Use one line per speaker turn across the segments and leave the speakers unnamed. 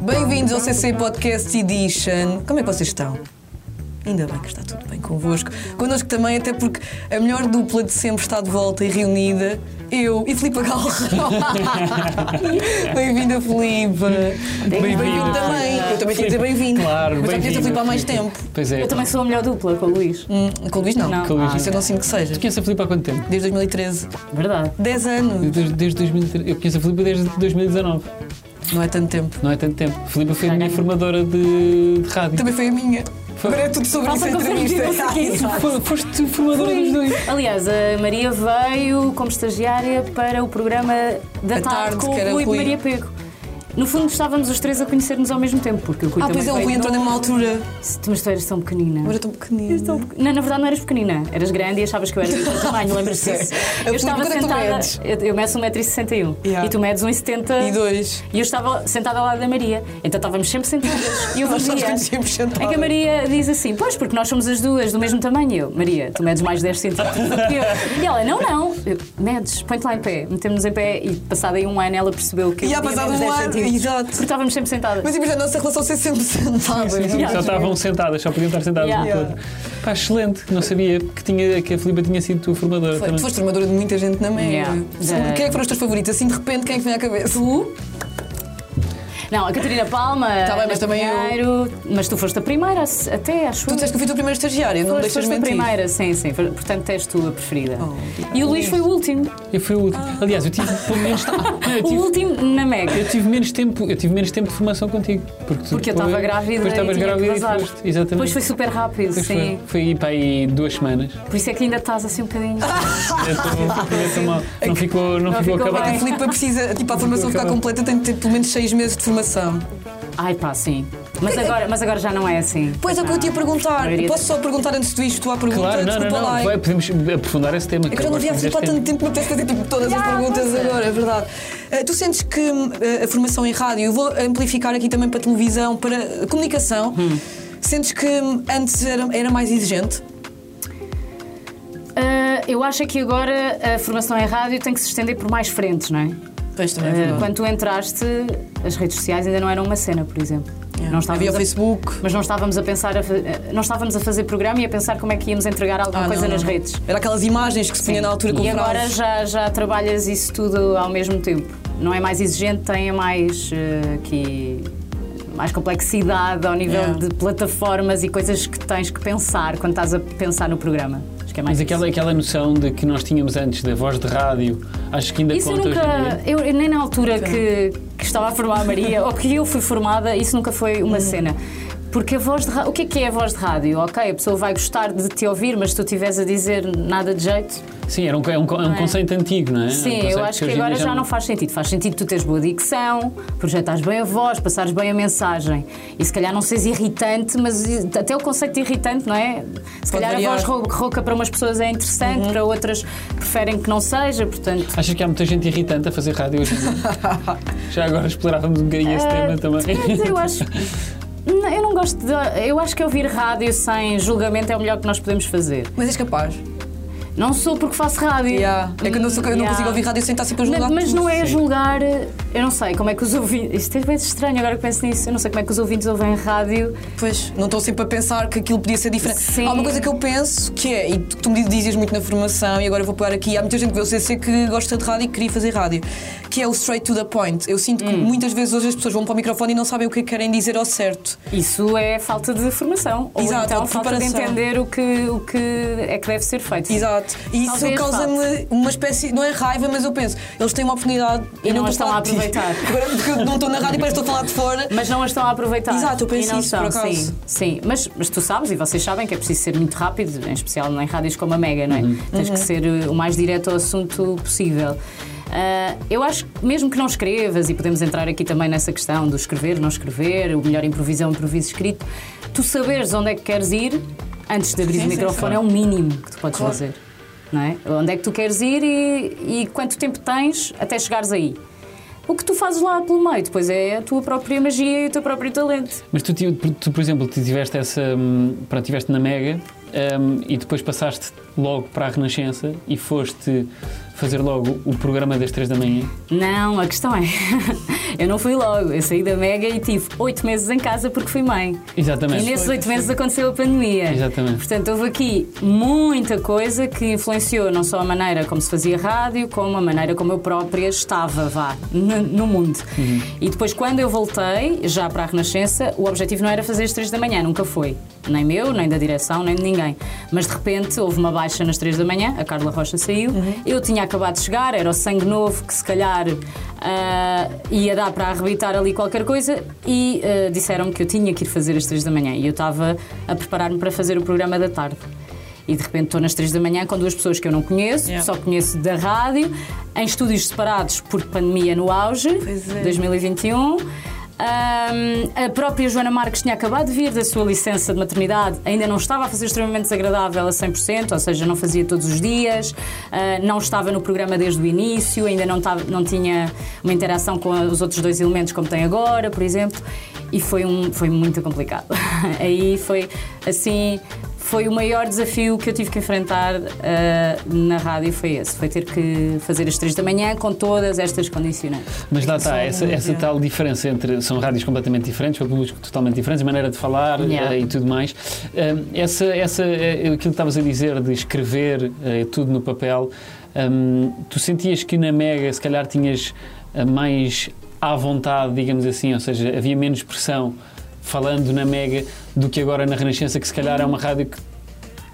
Bem-vindos ao CC Podcast Edition. Como é que vocês estão? Ainda bem que está tudo bem convosco. Connosco também, até porque a melhor dupla de sempre está de volta e reunida. Eu e Filipe Galro. Bem-vinda, Filipe. Bem-vindo também. Eu também tinha de dizer bem-vindo.
Claro,
Mas já podia ter
bem-vindo,
Filipe há mais
Filipe.
tempo.
Pois é.
Eu também sou a melhor dupla com o Luís.
Hum, com o Luís, não.
Não.
Com o Luís, Isso eu não sinto que seja.
Tu conheces a Filipe há quanto tempo?
Desde 2013.
Verdade.
10 anos.
Desde, desde 2013. Eu conheço a Filipe desde 2019.
Não é tanto tempo.
Não é tanto tempo. A Filipe foi a minha formadora de, de rádio.
Também foi a minha.
Foi.
Agora é tudo sobre
Faça
essa
conferência,
entrevista.
não sei o quê.
Fo- Foste tu formadora dos dois.
Aliás, a Maria veio como estagiária para o programa da
Da tarde,
tarde, com
que era
o Rui
Rui.
de Maria Pego. No fundo, estávamos os três a conhecer-nos ao mesmo tempo, porque o Rui
Ah,
também
pois é, o
veio
Rui entrou na
novo.
mesma altura.
Mas tu eras tão pequenina.
Agora tão pequenino.
Tão pequ- Não, na verdade não eras pequenina, eras grande e achavas que eu era do teu tamanho, lembras-te disso?
Sério?
Eu
A
estava
Filipe, quanto é que tu
sentada,
medes?
eu, eu meço 1,61m
Yeah.
e tu medes
E
1,70m
dois.
e eu estava sentada ao lado da Maria, então estávamos sempre sentadas e eu
Nós só nos
via.
conhecemos
É que a
sentadas.
Maria diz assim: Pois, porque nós somos as duas do mesmo tamanho. E Eu, Maria, tu medes mais 10 centímetros do que eu. E ela, não, não. Eu, medes, põe-te lá em pé. Metemos-nos em pé e passado aí um ano ela percebeu que.
E
eu
há
tinha
passado
menos
um
10
ano,
centímetros.
exato.
Porque estávamos sempre sentadas.
Mas imagina, a nossa relação ser sempre sentada.
sim.
Já estavam sentadas, só podiam estar sentadas
Yeah.
uma com a outra. Pá, excelente. Não sabia que, tinha, que a Filipe tinha sido tua formadora
Foi- Tu
também.
foste formadora de muita gente na média.
Yeah.
Sempre-
É.
Quem é que foram os teus favoritos? Assim de repente, quem é que vem à cabeça? Tu?
Não, a Catarina Palma.
Tá bem,
Ana
mas também eu.
Pinheiro, Mas tu foste a primeira, ass- até acho
Tu
eu.
disseste que eu fui o teu primeiro estagiário, não me
Foste-
deixas
foste a
mentir.
primeira, sim, sim. Portanto, és tu a preferida.
Oh,
e o Luís foi o último.
Eu fui o último.
Ah.
Aliás, eu tive pelo menos. Não, eu
O
tive-
último na Mega.
Eu tive menos tempo, eu tive menos tempo de formação contigo. Porque, tu
Porque eu
depois-
estava grávida.
Depois estavas
e tinha que
grávida e
vazar.
foste. Exatamente.
Depois foi super rápido,
Pois foi.
sim.
Foi aí para aí duas semanas.
Por isso é que ainda estás assim um bocadinho.
Eu tô- eu tô mal. Não ficou, não
Não
ficou
ficou
acabado.
É A Filipa precisa, tipo, a formação ficar completa tem de ter pelo menos seis meses de formação.
Ai pá, sim. Mas agora, mas agora já não é assim.
Pois é o que eu te ia
Ah,
perguntar.
maioria-
Posso só perguntar antes de isto? Tu à pergunta,
Claro, não, não,
desculpa
não.
lá.
Vai, podemos aprofundar esse tema.
É que eu já não vi a Filipe há tanto tempo, não tens de fazer tipo, todas as
Já,
perguntas
pois é.
agora, é verdade. Eh, tu sentes que hum, eh, a formação em rádio, eu vou amplificar aqui também para televisão, para eh, comunicação, sentes que hum, antes era, era mais exigente?
Ah, eu acho é que agora a formação em rádio tem que se estender por mais frentes, não é?
Pois também
Ah, quando tu entraste, as redes sociais ainda não eram uma cena, por exemplo. É. Não estávamos
Havia o
a-
Facebook.
Mas não estávamos a pensar, a fa- não estávamos a fazer programa e a pensar como é que íamos entregar alguma
Ah,
coisa
não,
nas
não.
redes.
Era aquelas imagens que se tinha na altura com
e agora
frases.
já, já trabalhas isso tudo ao mesmo tempo. Não é mais exigente, tem mais eh, que mais complexidade ao nível
Yeah.
de plataformas e coisas que tens que pensar quando estás a pensar no programa. Acho que é mais
Mas aquela, aquela noção de que nós tínhamos antes da voz de rádio, acho que ainda
isso eu
conta hoje em
nunca.
dia.
Eu, eu nem na altura que, que estava a formar a Maria, ou que eu fui formada, isso nunca foi
Uhum.
uma cena. Porque a voz de rádio. O que é que é a voz de rádio? Ok, a pessoa vai gostar de te ouvir, mas se tu estiveres a dizer nada de jeito.
Sim, era um, é um, é um
é?
conceito antigo, não é? É um
Sim,
conceito
eu acho que
hoje em
agora
dia
já não faz sentido. Faz sentido tu teres boa dicção, projetares bem a voz, passares bem a mensagem. E se calhar não seres irritante, mas i- até o conceito de irritante, não é? Se calhar
variar. Uhum.
a voz ro- rouca para umas pessoas é interessante, para outras preferem que não seja, portanto.
Achas que há muita gente irritante a fazer rádio hoje em dia? Já agora explorávamos um bocadinho esse tema também.
Mas Eh, eu acho. Não, Eu não gosto de. Eu acho que ouvir rádio sem julgamento é o melhor que nós podemos fazer.
Mas és capaz.
Não sou porque faço rádio.
Yeah. É que eu não, sou, eu não
Yeah.
consigo ouvir rádio sem estar sempre a
Mas,
julgar
mas
tudo.
não é
Sim.
julgar. Eu não sei como é que os ouvintes. Isto é bem estranho agora que penso nisso. Eu não sei como é que os ouvintes ouvem rádio.
Pois, não estou sempre a pensar que aquilo podia ser diferente.
Sim.
Há uma coisa que eu penso que é, e tu, tu me dizes muito na formação, e agora vou pegar aqui, há muita gente que vê o CC que gosta de rádio e que queria fazer rádio, que é o straight to the point. Eu sinto que
Hum.
muitas vezes hoje as pessoas vão para o microfone e não sabem o que querem dizer ao certo.
Isso é falta de formação. Ou
Exato,
então
de
falta de
preparação.
entender o que, o que é que deve ser feito.
Exato. E isso
Talvez
causa-me uma espécie, não é raiva, mas eu penso, eles têm uma oportunidade
E não a
estou
estão a
falar de ti.
aproveitar.
Agora, porque eu não estou na rádio, parece que estou a falar de fora.
Mas não as estão a aproveitar.
Exato, eu penso
E não
isso, por
estão,
acaso.
Sim, sim. Mas, mas tu sabes, e vocês sabem, que é preciso ser muito rápido, em especial em rádios como a Mega, não é? Tens
Uhum.
que ser uh, o mais direto ao assunto possível. Ah, eu acho que mesmo que não escrevas, e podemos entrar aqui também nessa questão do escrever, não escrever, o melhor improviso é um improviso escrito, tu saberes onde é que queres ir antes de abrir
Sim,
o
sim,
microfone é o mínimo que tu podes fazer. Não é? Onde é que tu queres ir e, e quanto tempo tens até chegares aí. O que tu fazes lá pelo meio, depois é a tua própria magia e o teu próprio talento.
Mas tu, ti- tu, por exemplo, tu tiveste essa. hum, Pronto, tiveste na Mega hum, e depois passaste logo para a Renascença e foste fazer logo o programa das três da manhã.
Não, a questão é. Eu não fui logo, eu saí da Mega e tive oito meses em casa porque fui mãe. E
Exatamente.
nesses oito meses aconteceu a pandemia.
Exatamente.
Portanto, houve aqui muita coisa que influenciou não só a maneira como se fazia rádio, como a maneira como eu própria estava, vá, n- no mundo.
Uhum.
E depois, quando eu voltei, já para a Renascença, o objetivo não era fazer as três da manhã, nunca foi. Nem meu, nem da direção, nem de ninguém. Mas de repente houve uma baixa nas três da manhã, a Carla Rocha saiu, eu tinha acabado de chegar, era o sangue novo que se calhar ah, ia dar para arrebitar ali qualquer coisa e ah, disseram-me que eu tinha que ir fazer às três da manhã e eu estava a preparar-me para fazer o programa da tarde. E de repente estou nas três da manhã com duas pessoas que eu não conheço,
Yeah.
só conheço da rádio, em estúdios separados por pandemia no auge,
Pois é.
2021. Ahm, a própria Joana Marques tinha acabado de vir da sua licença de maternidade, ainda não estava a fazer extremamente desagradável a 100%, ou seja, não fazia todos os dias, ah, não estava no programa desde o início, ainda não, tava- não tinha uma interação com os outros dois elementos como tem agora, por exemplo, e foi, um, foi muito complicado. Aí foi assim. Foi o maior desafio que eu tive que enfrentar ah, na rádio foi esse, foi ter que fazer às três da manhã com todas estas condicionantes.
Mas lá
São
está, essa,
muito,
essa
é.
tal diferença entre. São rádios completamente diferentes, para públicos totalmente diferentes, maneira de falar
Yeah.
eh, e tudo mais. Ahm, essa, essa, eh, aquilo que estavas a dizer de escrever eh, tudo no papel, ahm, tu sentias que na Mega se calhar tinhas eh, mais à vontade, digamos assim, ou seja, havia menos pressão falando na Mega do que agora na Renascença, que se calhar é
Uhum.
uma rádio que,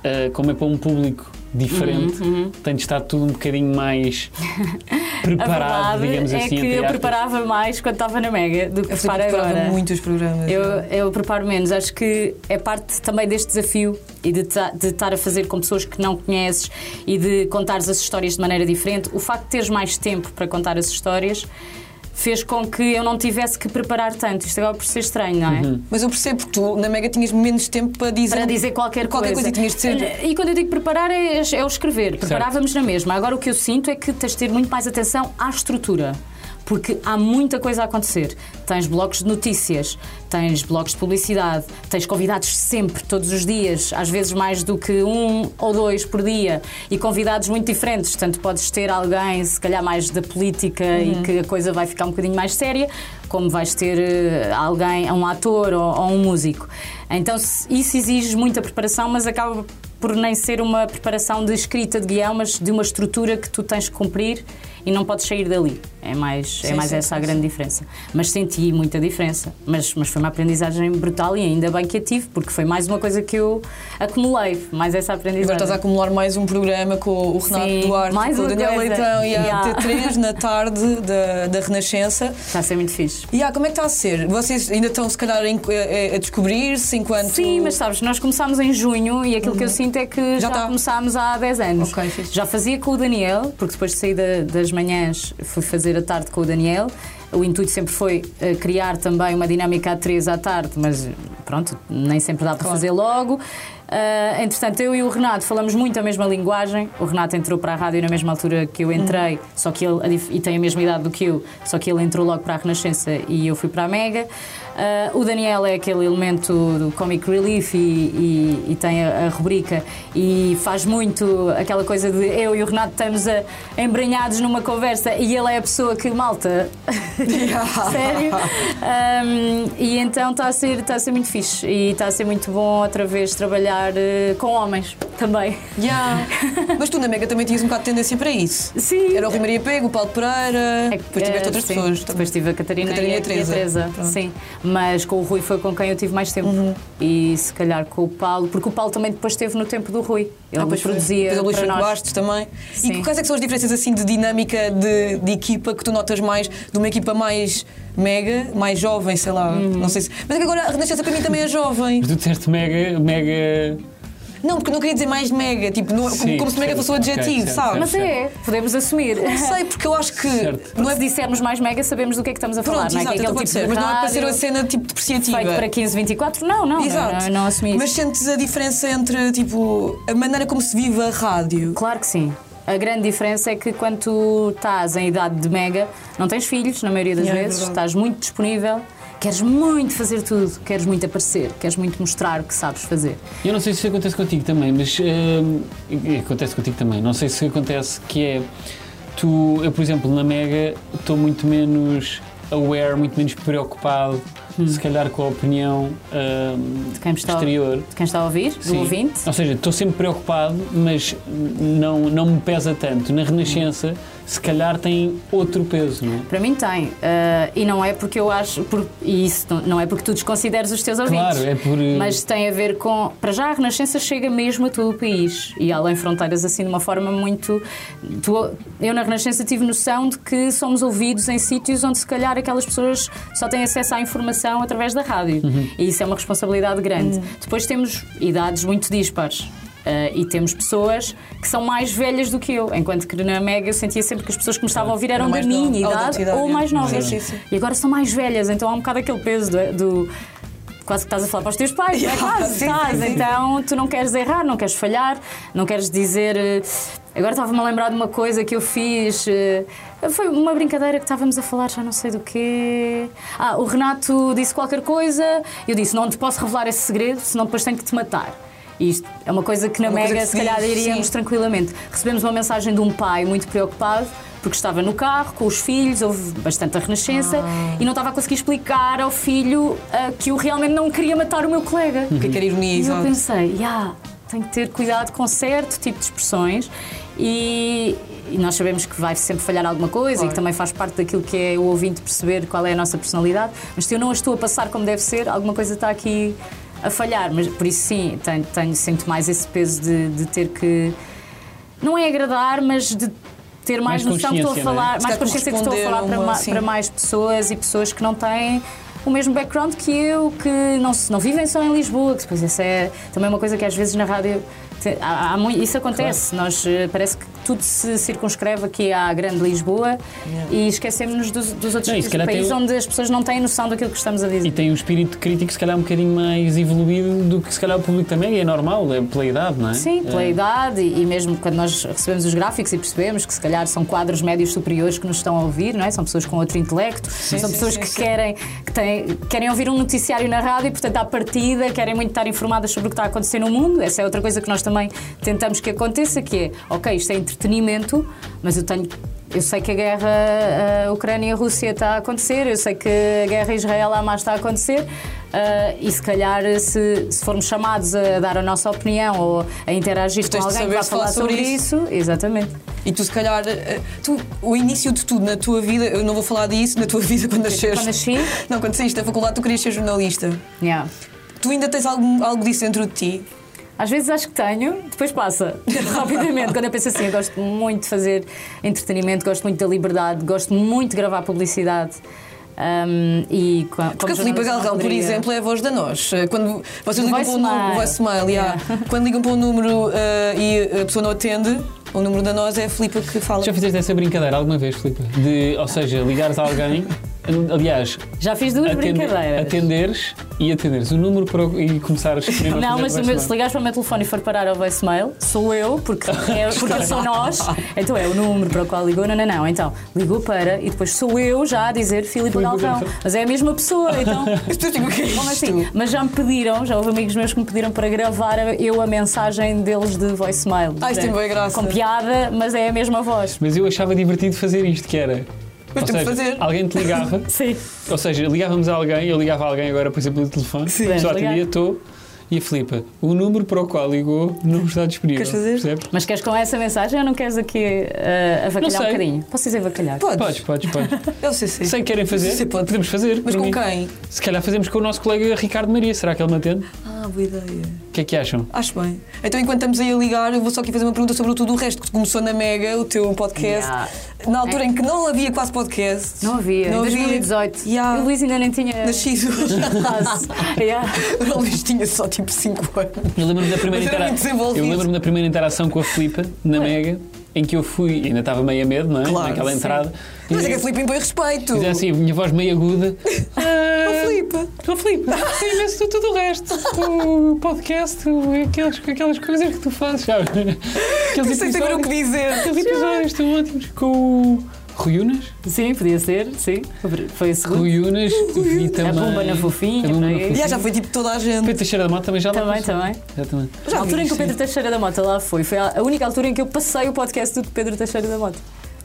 eh, como é para um público diferente,
Uhum,
tem de estar tudo um bocadinho mais
A
preparado, digamos
verdade é
assim.
que
entre
eu
aspas.
preparava mais quando estava na Mega do que
Eu
preparo
preparava
agora.
muitos programas.
Eu, eu preparo menos. Acho que é parte também deste desafio e de ta- de estar a fazer com pessoas que não conheces e de contares as histórias de maneira diferente. O facto de teres mais tempo para contar as histórias fez com que eu não tivesse que preparar tanto. Isto agora por ser estranho, não é?
Uhum.
Mas eu percebo que tu na Mega tinhas menos tempo para dizer,
Para dizer qualquer,
qualquer coisa.
coisa. Eh,
e tinhas de ser.
E quando eu digo preparar é, é o escrever. Preparávamos na mesma. Agora o que eu sinto é que tens de ter muito mais atenção à estrutura. Porque há muita coisa a acontecer. Tens blocos de notícias, tens blocos de publicidade, tens convidados sempre, todos os dias, às vezes mais do que um ou dois por dia, e convidados muito diferentes. Portanto, podes ter alguém, se calhar, mais da política e que a coisa vai ficar um bocadinho mais séria, como vais ter eh, alguém, um ator ou, ou um músico. Então se- isso exige muita preparação, mas acaba por nem ser uma preparação de escrita de guião, mas de uma estrutura que tu tens que cumprir e não podes sair dali. É mais, é
Sim,
mais
sim,
essa a
sim,
grande diferença. Mas senti muita diferença. Mas, mas foi uma aprendizagem brutal e ainda bem que a tive, porque foi mais uma coisa que eu acumulei, mais essa aprendizagem.
Agora estás a acumular mais um programa com o Renato
Sim,
Duarte,
mais
com o
uma
Daniel
coisa.
Leitão e a
Yeah.
T3 na tarde da, da Renascença.
Está a ser muito fixe.
E ah, como é que está a ser? Vocês ainda estão, se calhar, em- eh, a, a- a descobrir-se enquanto.
Sim, mas sabes, nós começámos em junho e aquilo que eu sinto é que já,
Uhum. tá.
começámos há 10 anos.
Ok, fixe.
já fazia com o Daniel, porque depois de sair da- das manhãs fui fazer a tarde com o Daniel. O intuito sempre foi eh, criar também uma dinâmica a três à tarde, mas pronto, nem sempre dá para fazer logo. Ah, entretanto, eu e o Renato falamos muito a mesma linguagem. O Renato entrou para a rádio na mesma altura que eu
Uhum.
entrei, só que ele a dif- e tem a mesma idade do que eu, só que ele entrou logo para a Renascença e eu fui para a Mega. Ah, o Daniel é aquele elemento do Comic Relief e, e- e tem a, a rubrica e faz muito aquela coisa de eu e o Renato estamos a, embranhados numa conversa e ele é a pessoa que malta. Sério? Um, e então está a, ser, está a ser muito fixe e está a ser muito bom outra vez trabalhar eh, com homens também.
Yeah. mas tu na Mega também tinhas um bocado de tendência para isso.
Sim.
Era o Rui Maria Pego, o Paulo Pereira,
É que-
depois tiveste
eh,
outras
sim.
pessoas. também.
Depois tive a Catarina,
Catarina
e
e
a,
a Teresa.
e a Teresa.
Pronto. Uhum.
Sim. Mas com o Rui foi com quem eu tive mais tempo. E se calhar com o Paulo, porque o Paulo também depois esteve no tempo do Rui. Ele
Ah, pois foi.
produzia.
Depois o Luís
para
Franco
nós.
Bastos também.
Sim.
E quais é que são as diferenças assim de dinâmica de, de equipa que tu notas mais de uma equipa mais mega, mais jovem, sei lá,
Uhum.
não sei se. Mas é que agora a Renascença para mim também é jovem.
Mas tu disseste mega, mega.
Não, porque não queria dizer mais mega, tipo, não-
Sim,
como, como se mega fosse um
certo. Ok,
adjetivo,
certo,
sabe?
certo.
Mas
Mas é, podemos assumir.
não sei, porque eu acho que
Certo.
não é
Se dissermos mais mega, sabemos do que é que estamos a falar,
Pronto,
não é?
exato,
que é
então pode ser, mas não é para ser uma
rádio
cena tipo depreciativa.
feito para 15, 24? Não, não,
Exato.
não, não assumi
Mas
isso.
sentes a diferença entre, tipo, a maneira como se vive a rádio?
Claro que sim. A grande diferença é que quando tu estás em idade de mega, não tens filhos, na maioria das
Yeah, é
vezes,
verdade.
estás muito disponível, queres muito fazer tudo, queres muito aparecer, queres muito mostrar o que sabes fazer.
Eu não sei se isso acontece contigo também, mas. hum, e- e acontece contigo também. Não sei se acontece que é. Tu, eu, por exemplo, na Mega estou muito menos aware, muito menos preocupado,
Hum.
se calhar com a opinião hum,
De quem está, de
exterior.
quem está a ouvir, do
Sim.
ouvinte.
Ou seja, estou sempre preocupado, mas não, não me pesa tanto. Na Renascença, se calhar tem outro peso, não é?
Para mim tem. Ah, e não é porque eu acho. por- e isso não, não é porque tu desconsideres os teus ouvintes.
Claro, é por.
Mas tem a ver com. Para já, a Renascença chega mesmo a todo o país e além fronteiras, assim, de uma forma muito. tu- eu, na Renascença, tive noção de que somos ouvidos em sítios onde, se calhar, aquelas pessoas só têm acesso à informação através da rádio.
Uhum.
E isso é uma responsabilidade grande. Depois temos idades muito dispares. ah, e temos pessoas que são mais velhas do que eu, enquanto que na Mega eu sentia sempre que as pessoas que me estavam a ouvir eram da
mais
minha
novas. Ou da
idade
tua idade,
ou
é.
mais novas.
Sim, sim, sim.
E agora são mais velhas, então há um bocado aquele peso do. do- Quase que estás a falar para os teus pais,
Yeah,
não é? Quase,
sim,
estás.
sim.
Então tu não queres errar, não queres falhar, não queres dizer. eh, Agora estava-me a lembrar de uma coisa que eu fiz. eh, Foi uma brincadeira que estávamos a falar, já não sei do quê. Ah, o Renato disse qualquer coisa, eu disse: não te posso revelar esse segredo, senão depois tenho que te matar. E isto é uma coisa que na
Uma coisa
Mega,
que se
se calhar,
diz,
iríamos
sim.
tranquilamente. Recebemos uma mensagem de um pai muito preocupado porque estava no carro com os filhos, houve bastante a renascença e não estava a conseguir explicar ao filho ah, que eu realmente não queria matar o meu colega.
O que é que era ironia?
E eu
exato?
pensei, "Ya, tenho que ter cuidado com certo tipo de expressões e, e nós sabemos que vai sempre falhar alguma coisa e que também faz parte daquilo que é o ouvinte perceber qual é a nossa personalidade, mas se eu não a estou a passar como deve ser, alguma coisa está aqui a falhar, mas por isso sim, tenho, tenho- sinto mais esse peso de, de ter que não é agradar, mas de ter mais,
Mais
noção que estou a
consciência, não é?
falar,
Se
mais
calhar
consciência que estou a falar
corresponder
para,
a uma-
ma-
sim.
para mais pessoas e pessoas que não têm o mesmo background que eu, que não, se- não vivem só em Lisboa, que depois essa é também uma coisa que às vezes na rádio te- há- há mui- isso acontece. Nós, eh, parece que tudo se circunscreve aqui à grande Lisboa e esquecemos-nos dos, dos outros
Não, e se calhar
países
tem-
onde as pessoas não têm noção daquilo que estamos a dizer.
E tem um espírito crítico, se calhar, um bocadinho mais evoluído do que, se calhar, o público também. E é normal, é pela idade, não é?
Sim, pela
É.
idade e mesmo quando nós recebemos os gráficos e percebemos que se calhar são quadros médios superiores que nos estão a ouvir, não é? São pessoas com outro intelecto, são
sim,
pessoas
sim,
que
sim.
querem que têm, querem ouvir um noticiário na rádio e portanto à partida querem muito estar informadas sobre o que está a acontecer no mundo. Essa é outra coisa que nós também tentamos que aconteça, que é, OK, isto é entretenimento, mas eu tenho eu sei que a guerra eh, Ucrânia-Rússia está a acontecer, eu sei que a guerra Israel-Hamas está a acontecer, eh, e se calhar se, se formos chamados a dar a nossa opinião ou a interagir
tens
com
de
alguém que
saber
vai
se
falar
falar
sobre
sobre
isso. Exatamente.
E tu, se calhar, eh, tu, o início de tudo na tua vida, eu não vou falar disso, na tua vida quando nasceste.
Quando nasci?
Não, quando saíste da faculdade, tu querias ser jornalista.
Yeah.
Tu ainda tens algum, algo disso dentro de ti?
Às vezes acho que tenho, depois passa rapidamente. Quando eu penso assim, eu gosto muito de fazer entretenimento, gosto muito da liberdade, gosto muito de gravar publicidade. Ahm, e co- como
Porque a Filipe
jornalista não
Galrão, por
poderia-
exemplo, é a voz da nós. Eh, Quando vocês ligam para um
voicemail.
número, voicemail, yeah. quando ligam para um número eh, e a pessoa não atende, o número da nós é a Filipe que fala.
Já fizeste essa brincadeira alguma vez, Filipe? De, ou seja, ligares a alguém, aliás,
Já fiz duas
atende-
brincadeiras.
atenderes e atenderes o número para, o- e começares primeiro a
Não,
fazer
mas o meu- se
voicemail.
ligares para o meu telefone e for parar ao voicemail, sou eu, porque, é, porque eu sou nós. Então é o número para o qual ligou. Não, não, não. Então, ligou para e depois sou eu já a dizer Filipe
Filipe
Galvão.
Galvão.
Mas é a mesma pessoa, então.
As pessoas ficam, o que é
Como
isto?
assim? Mas já me pediram, já houve amigos meus que me pediram para gravar a- eu a mensagem deles de voicemail.
Ah, isso tem boa graça.
Com piada, mas é a mesma voz.
Mas eu achava divertido fazer isto, que era.
Mas
ou
tem que
seja,
fazer.
Alguém te ligava,
Sim.
ou seja, ligávamos a alguém, eu ligava a alguém agora, por exemplo, do telefone,
Sim. Ligar.
só atendia, estou, e a Filipa, o número para o qual ligou não está disponível.
Queres fazer?
percebes?
Mas queres com essa mensagem ou não queres aqui ah, avacalhar um
sei.
bocadinho? Posso dizer avacalhar?
Podes. É
Podes, podes, podes.
Eu sei sim.
Sei que querem fazer,
Sim, pode.
podemos fazer.
Mas
por
com
mim.
quem?
Se calhar fazemos com o nosso colega Ricardo Maria, será que ele me atende?
Ah, boa ideia.
O que é que acham?
Acho bem. Então, enquanto estamos aí a ligar, eu vou só aqui fazer uma pergunta sobre tudo o resto, que começou na Mega, o teu podcast.
Yeah.
Na altura em que não havia quase podcast.
Não havia. em 2018.
Yeah.
O Luís ainda nem tinha.
Nascido.
Quase. yeah.
o Luís tinha só tipo 5 anos.
Eu lembro-me da primeira
Mas era muito
interação.
desenvolvido.
Eu lembro-me da primeira interação com a Filipa na Mega, em que eu fui, ainda estava meio a medo, não é?
Claro,
Naquela
sim.
entrada. E
Mas é que a Filipe impõe respeito.
Fiz assim, "Ah, a minha voz meio aguda.
Oh, Filipe.
Estou Filipe, sei imenso de tudo o resto. O podcast, o- aqueles, aquelas coisas que tu fazes, sabes? Aqueles
Sem saber é o que dizer.
Aqueles episódios estão ótimos com o Rui Unas.
Sim, podia ser, sim. Foi o segundo.
Rui Unas
É
vi também.
A Bomba na Fofinha,
A Bomba na
por aí.
E
Fofinha.
ah, já foi tipo toda a gente.
Pedro Teixeira da Mota também já lá
Também,
passou.
também.
Exatamente.
Já
a altura em
viste,
que o Pedro Teixeira da Mota lá foi, foi a a única altura em que eu passei o podcast do Pedro Teixeira da Mota.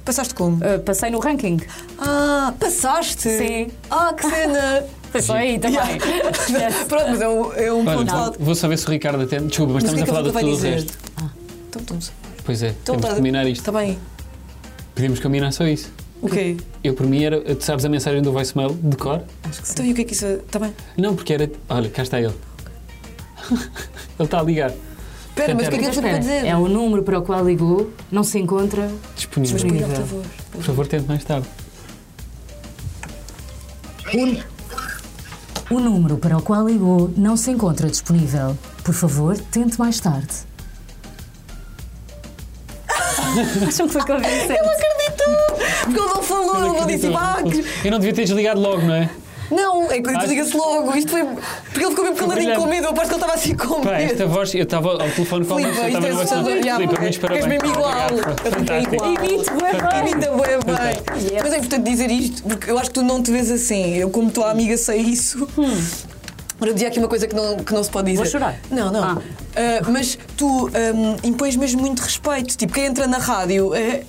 Passaste como?
Uh, passei no ranking.
Ah, passaste?
Sim.
Ah, que cena!
Foi só aí também. Yes.
Pronto, mas é um, é um
Olha,
ponto
vou-
alto.
vou só ver se o Ricardo atende. Desculpa, mas
Mas o
estamos
que é
a
que a Luca
falar de
vai
tudo o
dizer?
resto.
Então, estamos
Pois é,
então,
temos de combinar isto.
Está bem.
Podíamos combinar só isso.
O quê?
Eu, por mim, era. Tu sabes a mensagem do voicemail de cor?
Acho que sim.
Então, e o que é que isso é? Está bem.
Não, porque era. Olha, cá está ele. ele está a ligar.
Espera, mas o que é que
Mas
ele tem para
espera,
dizer?
é o número para o qual ligou, não se encontra.
Mas
Disponível.
põe alta voz.
Por favor, tente mais tarde.
O número para o qual ligou não se encontra disponível. Por favor, tente mais tarde. Acham que foi convincente?
Acreditou! Porque ele não falou, ele não disse ah, que-
Eu não devia ter desligado logo, não é?
Não, é que
Acho-
desliga-se logo. Isto foi. Porque ele ficou mesmo caladinho
brilhante.
com medo. Eu acho que ele estava assim com
Pá,
medo.
esta voz, eu estava ao telefone com a
Filipe,
voz,
isto
eu estava
é
no voz.
assustador. Já,
Filipe, muitos
porque és
parabéns.
mesmo igual.
Obrigado.
Eu também
Fantástico.
igual.
Imite, bué
E
bem.
ainda bem,
Fantástico.
bem. Mas é importante dizer isto, porque eu acho que tu não te vês assim. Eu, como tua amiga, sei isso. Ora, eu dizia aqui uma coisa que não, que não se pode dizer.
Hum. Vou chorar.
Não, não.
Ah.
Ah, mas tu hum, impões mesmo muito respeito. Tipo, quem entra na rádio é.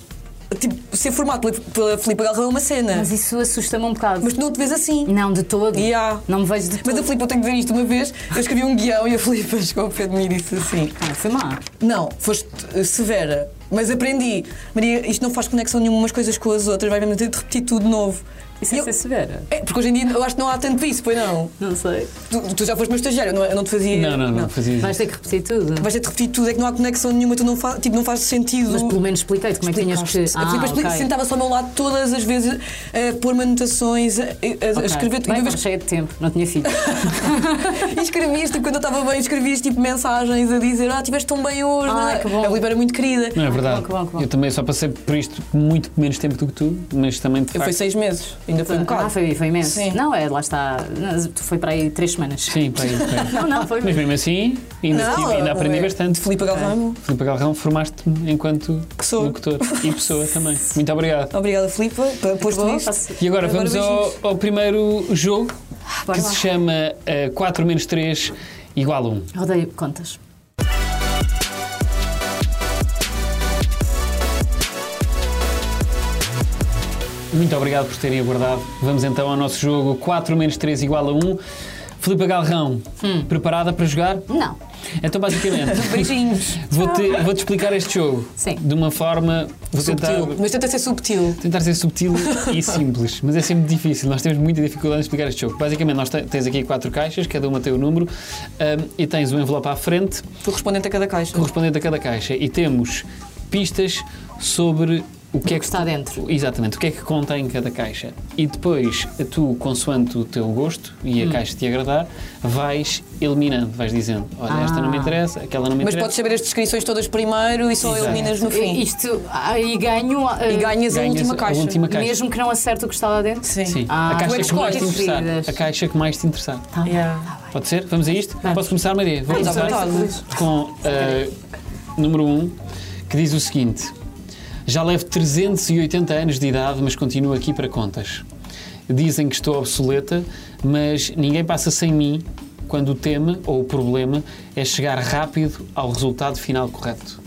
Tipo, ser formado pela, pela Filipe Galrão é uma cena.
Mas
Mas,
isso assusta-me um bocado.
tu não te vês assim.
Não, de todo.
Yeah.
Não me vejo de todo.
Mas a Filipe, eu tenho que dizer isto uma vez. Eu escrevi um guião e a Filipe chegou ao pé de mim e disse assim:
Ah, foi má.
Não, foste eh, severa, mas aprendi. Maria, isto não faz conexão nenhuma umas coisas com as outras, vai mesmo ter de repetir tudo de novo.
Isso
E
é
eu-
ser severa.
É, porque hoje em dia eu acho que não há tanto isso, pois não.
Não sei.
Tu, tu já foste meu estagiário, eu não, eu não te fazia.
Não, não, não, fazia isso.
Vais ter que repetir tudo.
Vais ter de repetir tudo, é que não há conexão nenhuma, tu não, fa, tipo, não faz sentido.
Mas pelo menos expliquei-te como é que tinhas que.
a Filipe expli-
ok.
sentava-se ao meu lado todas as vezes eh, a pôr-me anotações, a, a- a
Ok.
escrever tudo. E
Bem,
uma
estava
vez-
cheia de tempo, não tinha filho.
E escrevias, tipo, quando eu estava bem, escrevias tipo, mensagens a dizer: Ah, estiveste tão bem hoje.
Ah,
não é?"
que bom.
A Filipe era muito querida.
Não é verdade.
que bom, que bom.
Eu também só passei por isto muito menos tempo do que tu, mas também de
Eu fui
facto-
seis meses, ainda foi um bocado.
Ah, foi, foi imenso.
Sim.
Não, é, lá está. Não, Tu foi para aí três semanas.
Sim, pá, aí, pá, aí.
Não, não, foi
Mas
mesmo.
mesmo assim, ainda,
Não,
tive- ainda
é-
aprendi bastante.
Filipe Galvão.
Filipe Galrão, formaste-me enquanto
Pessoa.
locutor e pessoa também. Muito obrigado.
Obrigada, Filipe, por posto
Boa,
nisto.
faço-
E agora
Agora
vamos ao,
beijinhos.
ao primeiro jogo
Ah, bora
que
lá.
se chama eh, 4 menos 3 igual a 1.
Odeio contas.
Muito obrigado por terem aguardado. Vamos então ao nosso jogo 4 menos 3 igual a 1. Filipe Galrão,
Hum.
preparada para jogar?
Não.
Então, basicamente,
Beijinhos.
vou-te vou explicar este jogo
Sim.
de uma forma. Vou tentar,
Subtil. Mas tenta ser subtil.
tentar ser subtil e simples, mas é sempre difícil. Nós temos muita dificuldade em explicar este jogo. Basicamente, nós te- tens aqui quatro caixas, cada uma tem o número, hum, e tens um envelope à frente
Correspondente a cada caixa.
correspondente a cada caixa e temos pistas sobre o que é
que está dentro.
Exatamente, o que é que contém cada caixa. E depois, tu, consoante o teu gosto e a caixa te agradar, vais eliminando, vais dizendo: olha, esta não me
Ah.
interessa, aquela não me
Mas podes
interessa.
saber as descrições todas primeiro e só
é- Exato.
eliminas no fim.
Isto, aí ganho. ah,
E ganhas a
Ganhas
última caixa.
última caixa.
Mesmo que não acerte o que está lá dentro?
Sim.
Sim,
Ah,
a
tu é que
caixa que mais te
escolhes,
interessar.
queridas.
A caixa que mais te interessar.
Tá bem,
Yeah.
tá bem.
Pode ser? Vamos a isto?
Vamos.
Posso começar, Maria? Vou
Vamos à
começar
vontade.
com eh, número 1, um, que diz o seguinte: Já levo 380 anos de idade, mas continuo aqui para contas. Dizem que estou obsoleta, mas ninguém passa sem mim quando o tema ou o problema é chegar rápido ao resultado final correto.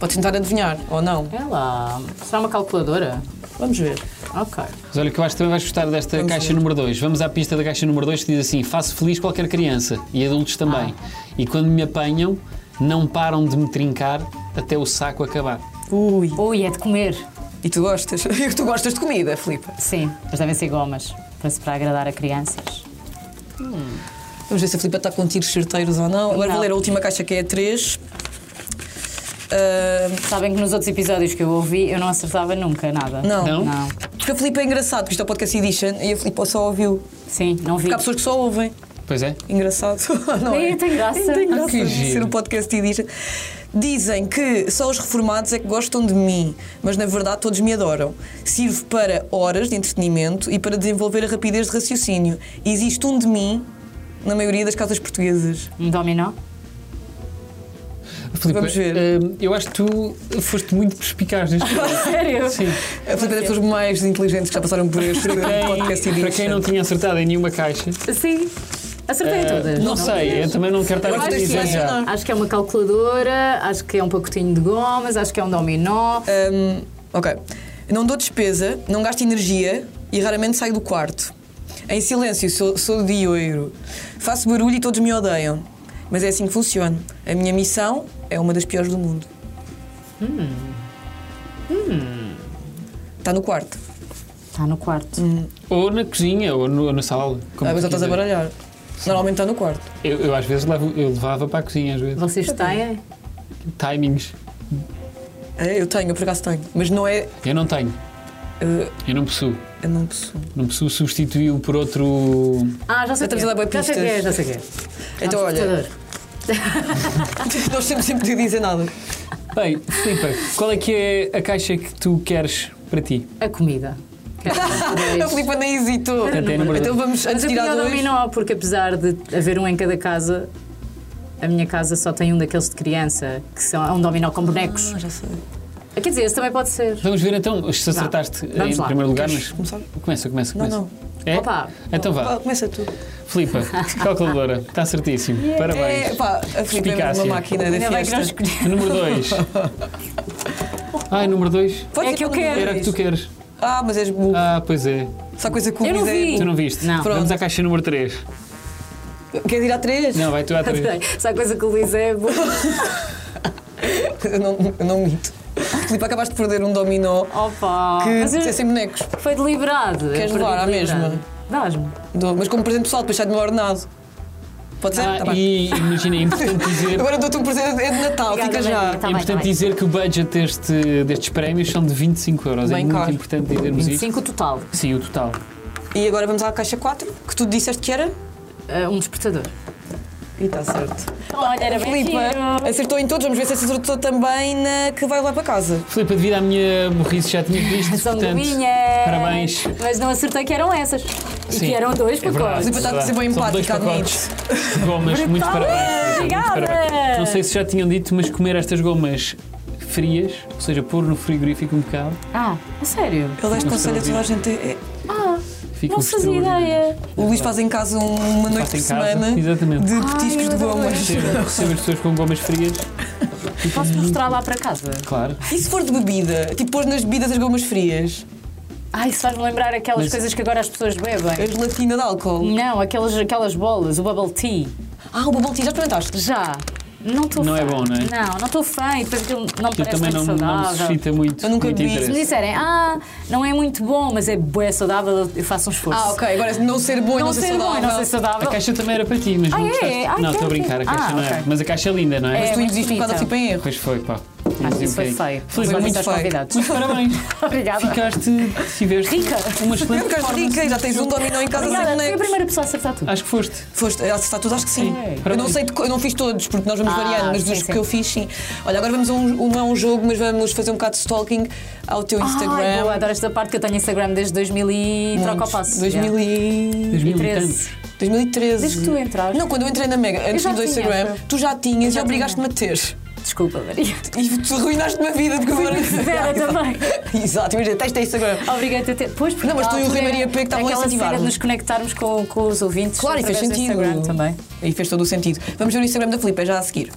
Podes tentar adivinhar, ou não.
É lá. Será uma calculadora?
Vamos ver.
Ok.
Mas olha, que eu acho que também vais gostar desta
Vamos
caixa
ver.
número 2. Vamos à pista da caixa número 2 que diz assim: faço feliz qualquer criança e adultos também.
Ah.
E quando me apanham, não param de me trincar até o saco acabar.
Ui.
Ui, é de comer.
E tu gostas? E tu gostas de comida, Filipe?
Sim, mas devem ser gomas. Para, se- para agradar a crianças.
Vamos ver se a Filipe está com tiros certeiros ou não. Agora
Não.
vou ler a última caixa que é a Ah, 3.
Sabem que nos outros episódios que eu ouvi eu não acertava nunca nada.
não.
Não?
Não.
Porque a Filipe é engraçado, porque isto é o podcast Edition e a Filipe só ouviu.
Sim, não vi.
Porque há pessoas que só ouvem.
Pois é.
Engraçado. Não
Nem
é?
tem graça.
Nem tem
Ah,
graça
que
de ser
giro.
um podcast idista. Dizem que só os reformados é que gostam de mim, mas na verdade todos me adoram. Sirvo para horas de entretenimento e para desenvolver a rapidez de raciocínio. E existe um de mim na maioria das casas portuguesas.
Um dominó?
Filipe,
Vamos ver.
hum, eu acho que tu foste muito perspicaz neste jogo.
Sério?
Sim.
É uma das pessoas mais inteligentes que já passaram por este podcast
Quem-
idista.
para quem não tinha acertado em nenhuma caixa,
Sim. Acertei
eh,
todas.
não, sei, eu também não quero estar
Eu
a
acho que
dizer
sim.
já.
Acho que é uma calculadora, acho que é um pacotinho de gomas, acho que é um dominó.
Hum, ok. Não dou despesa, não gasto energia e raramente saio do quarto. Em silêncio, sou, sou de ouro. Faço barulho e todos me odeiam. Mas é assim que funciona. A minha missão é uma das piores do mundo.
Hum.
Está Tá no quarto.
Está no quarto.
Ou na cozinha, ou, no- ou na sala. como
Ah, mas
tu
já estás a
quiser.
baralhar. Normalmente está no quarto.
eu, eu às vezes levo- eu levava para a cozinha, às vezes.
Vocês têm?
Timings.
É, eu tenho, eu por acaso tenho. Mas não é.
Eu não tenho.
eh,
Eu não possuo.
eu não possuo.
Não possuo substituí-lo por outro.
Ah, já sei o que
Estamos a dar
é.
bué
Já sei o que é,
pistas.
já sei o que é.
Então,
Ah,
olha,
computador.
tá.
nós temos sempre de dizer nada.
Bem, Filipe, qual é que é a caixa que tu queres para ti?
A comida. Quero
A
dois.
Filipa nem hesitou.
Até É número dois.
Então vamos
Mas
antes
eu
de ir
queria
à
o
dois.
dominó, porque apesar de haver um em cada casa, a minha casa só tem um daqueles de criança, que são, é um dominó com bonecos.
Ah, já sei.
Ah, Quer dizer, esse também pode ser.
Vamos ver então se acertaste
Vamos
em
lá.
primeiro lugar,
Queres
mas.
começar?
Começa, começa,
Não,
começa.
não.
É?
Opa.
Então vá.
Pá, Começa tu.
Filipa, calculadora, está certíssimo. Parabéns.
É, pá, a Filipa é
Perspicácia.
uma máquina da
Ainda bem que não
fiesta.
escolhi.
Número 2. Ai, número 2.
Pode
É
ser
que eu
quando
quero.
Era a que
vês.
tu queres.
tipo um Ah, mas és burro.
Ah, pois é.
Só coisa que o
Eu não
Luís é
vi.
Tu não viste?
Não.
Vamos à caixa número 3.
burro. Queres ir à três?
Não, vai tu à 3.
Tá
Adorei. Só a coisa que o Luís é bom.
Eu não, eu não minto. Filipe, acabaste de perder um dominó
Opa!
que
Ah. Mas eu-
é sem bonecos.
foi deliberado.
Queres
Eu perdi
levar à
deliberado.
mesma?
Dás-me.
Dou- Mas como presente pessoal, depois sai do meu ordenado. Pode ser? Tá
Ah,
bem.
e imagina, é importante dizer.
Agora dou-te um presente é de Natal,
Obrigada,
fica já.
Maria. Tá
é
bem,
importante
tá bem.
dizer que o budget deste, destes prémios são de 25 euros. é
Bem
muito
caro.
importante dizermos isto.
25 total.
Sim, o total.
E agora vamos à caixa 4, que tu disseste que era.
Ah, um despertador.
E está certo.
Olha, era
Filipa acertou em todos, vamos ver se acertou também na que vai lá para casa.
Filipe, devido à minha burrice, já tinha visto.
São
portanto,
gominhas.
parabéns.
Mas não acertei que eram essas. E
Sim,
que eram dois
é verdade,
pacotes.
Filipe está a ser bem
verdade. São dois
empática,
pacotes de gomas, muito
Brutal.
parabéns. Muito
Obrigada.
parabéns. Não sei se já tinham dito, mas comer estas gomas frias, ou seja, pôr no frigorífico um bocado,
Ah, a sério?
Ele dá este
Não
conselho a toda a gente. É-
Ah,
fica
não
um
fazia
extraordinário.
ideia.
O Luís faz em casa um- uma noite
Faço
por
em casa,
semana
exatamente.
de
Ai,
petiscos
eu
de
adoro.
gomas.
Recebo, recebo as pessoas com gomas frias,
Posso mostrar lá para casa?
claro.
E se for de bebida? Tipo, pôr nas bebidas as gomas frias?
Ai, isso faz-me lembrar aquelas
Mas-
coisas que agora as pessoas
A
bebem.
gelatina de álcool?
Não, aquelas, aquelas bolas, o bubble tea.
Ah, o bubble tea, já experimentaste?
Já. Não estou
Não
fã.
é bom, não é?
Não, não estou fã e depois aquilo não me
Eu
parece
também
muito
não, não me
saudável.
suscita muito,
Eu nunca
muito
vi.
Se me
interesse.
disserem, ah, não é muito bom, mas é bué saudável, eu faço um esforço.
Ah, ok. Agora, não ser bom e não,
não ser bom,
saudável.
e não ser
A
saudável.
caixa também era para ti, mas
Ah,
não
é?
gostaste.
Ah,
não,
ok,
estou a brincar, a
ok.
caixa
Ah,
não é.
ok.
Mas a caixa é linda, não é?
Mas tu
É,
existe por causa do
bonita.
tipo em erro.
Pois foi, pá.
Acho que
Mas
Ah, isso foi
um bocadinho.
feio.
Filipe,
Foi
muito
muito
Muitos
feio.
convidados.
Muitos parabéns.
Obrigada.
Ficaste, tiveste
Rica.
uma excelente
Ficas rica e já tens um dominó em casa sem
Obrigada, fui a
bonecos.
primeira pessoa a acertar tudo.
Acho que foste.
Foste a acertar tudo, acho que sim.
Sim.
Eu não sei, de co- eu não fiz todos, porque nós vamos
Ah,
variando, mas
sim,
dos
sim.
que eu fiz, sim. Olha, agora vamos a um, um, a um jogo, mas vamos fazer um bocado de stalking ao teu
Ai, boa,
Instagram.
adoro esta parte que eu tenho Instagram desde 2000 e troca o passo.
2000 e...
2000 e
13.
tantos.
2013.
Desde que tu entraste.
Não, quando eu entrei na Mega, antes
já
do
tinha,
Instagram,
eu.
tu já tinhas
já
e obrigaste-me a ter.
Desculpa, Maria.
E tu arruinaste-me a vida, porque agora.
Vera também.
Exato, imagina, testa Instagram.
Obrigada a ter. Pois, porque
Não, mas
na
tu e o
altura
Rui Maria
era-
P que estavam a
aquela
incentivar-me.
cena de nos conectarmos com, com os ouvintes.
Claro, e fez
através do
sentido.
Instagram também.
Aí fez todo o sentido. Vamos ver o Instagram da Filipe, é já a seguir.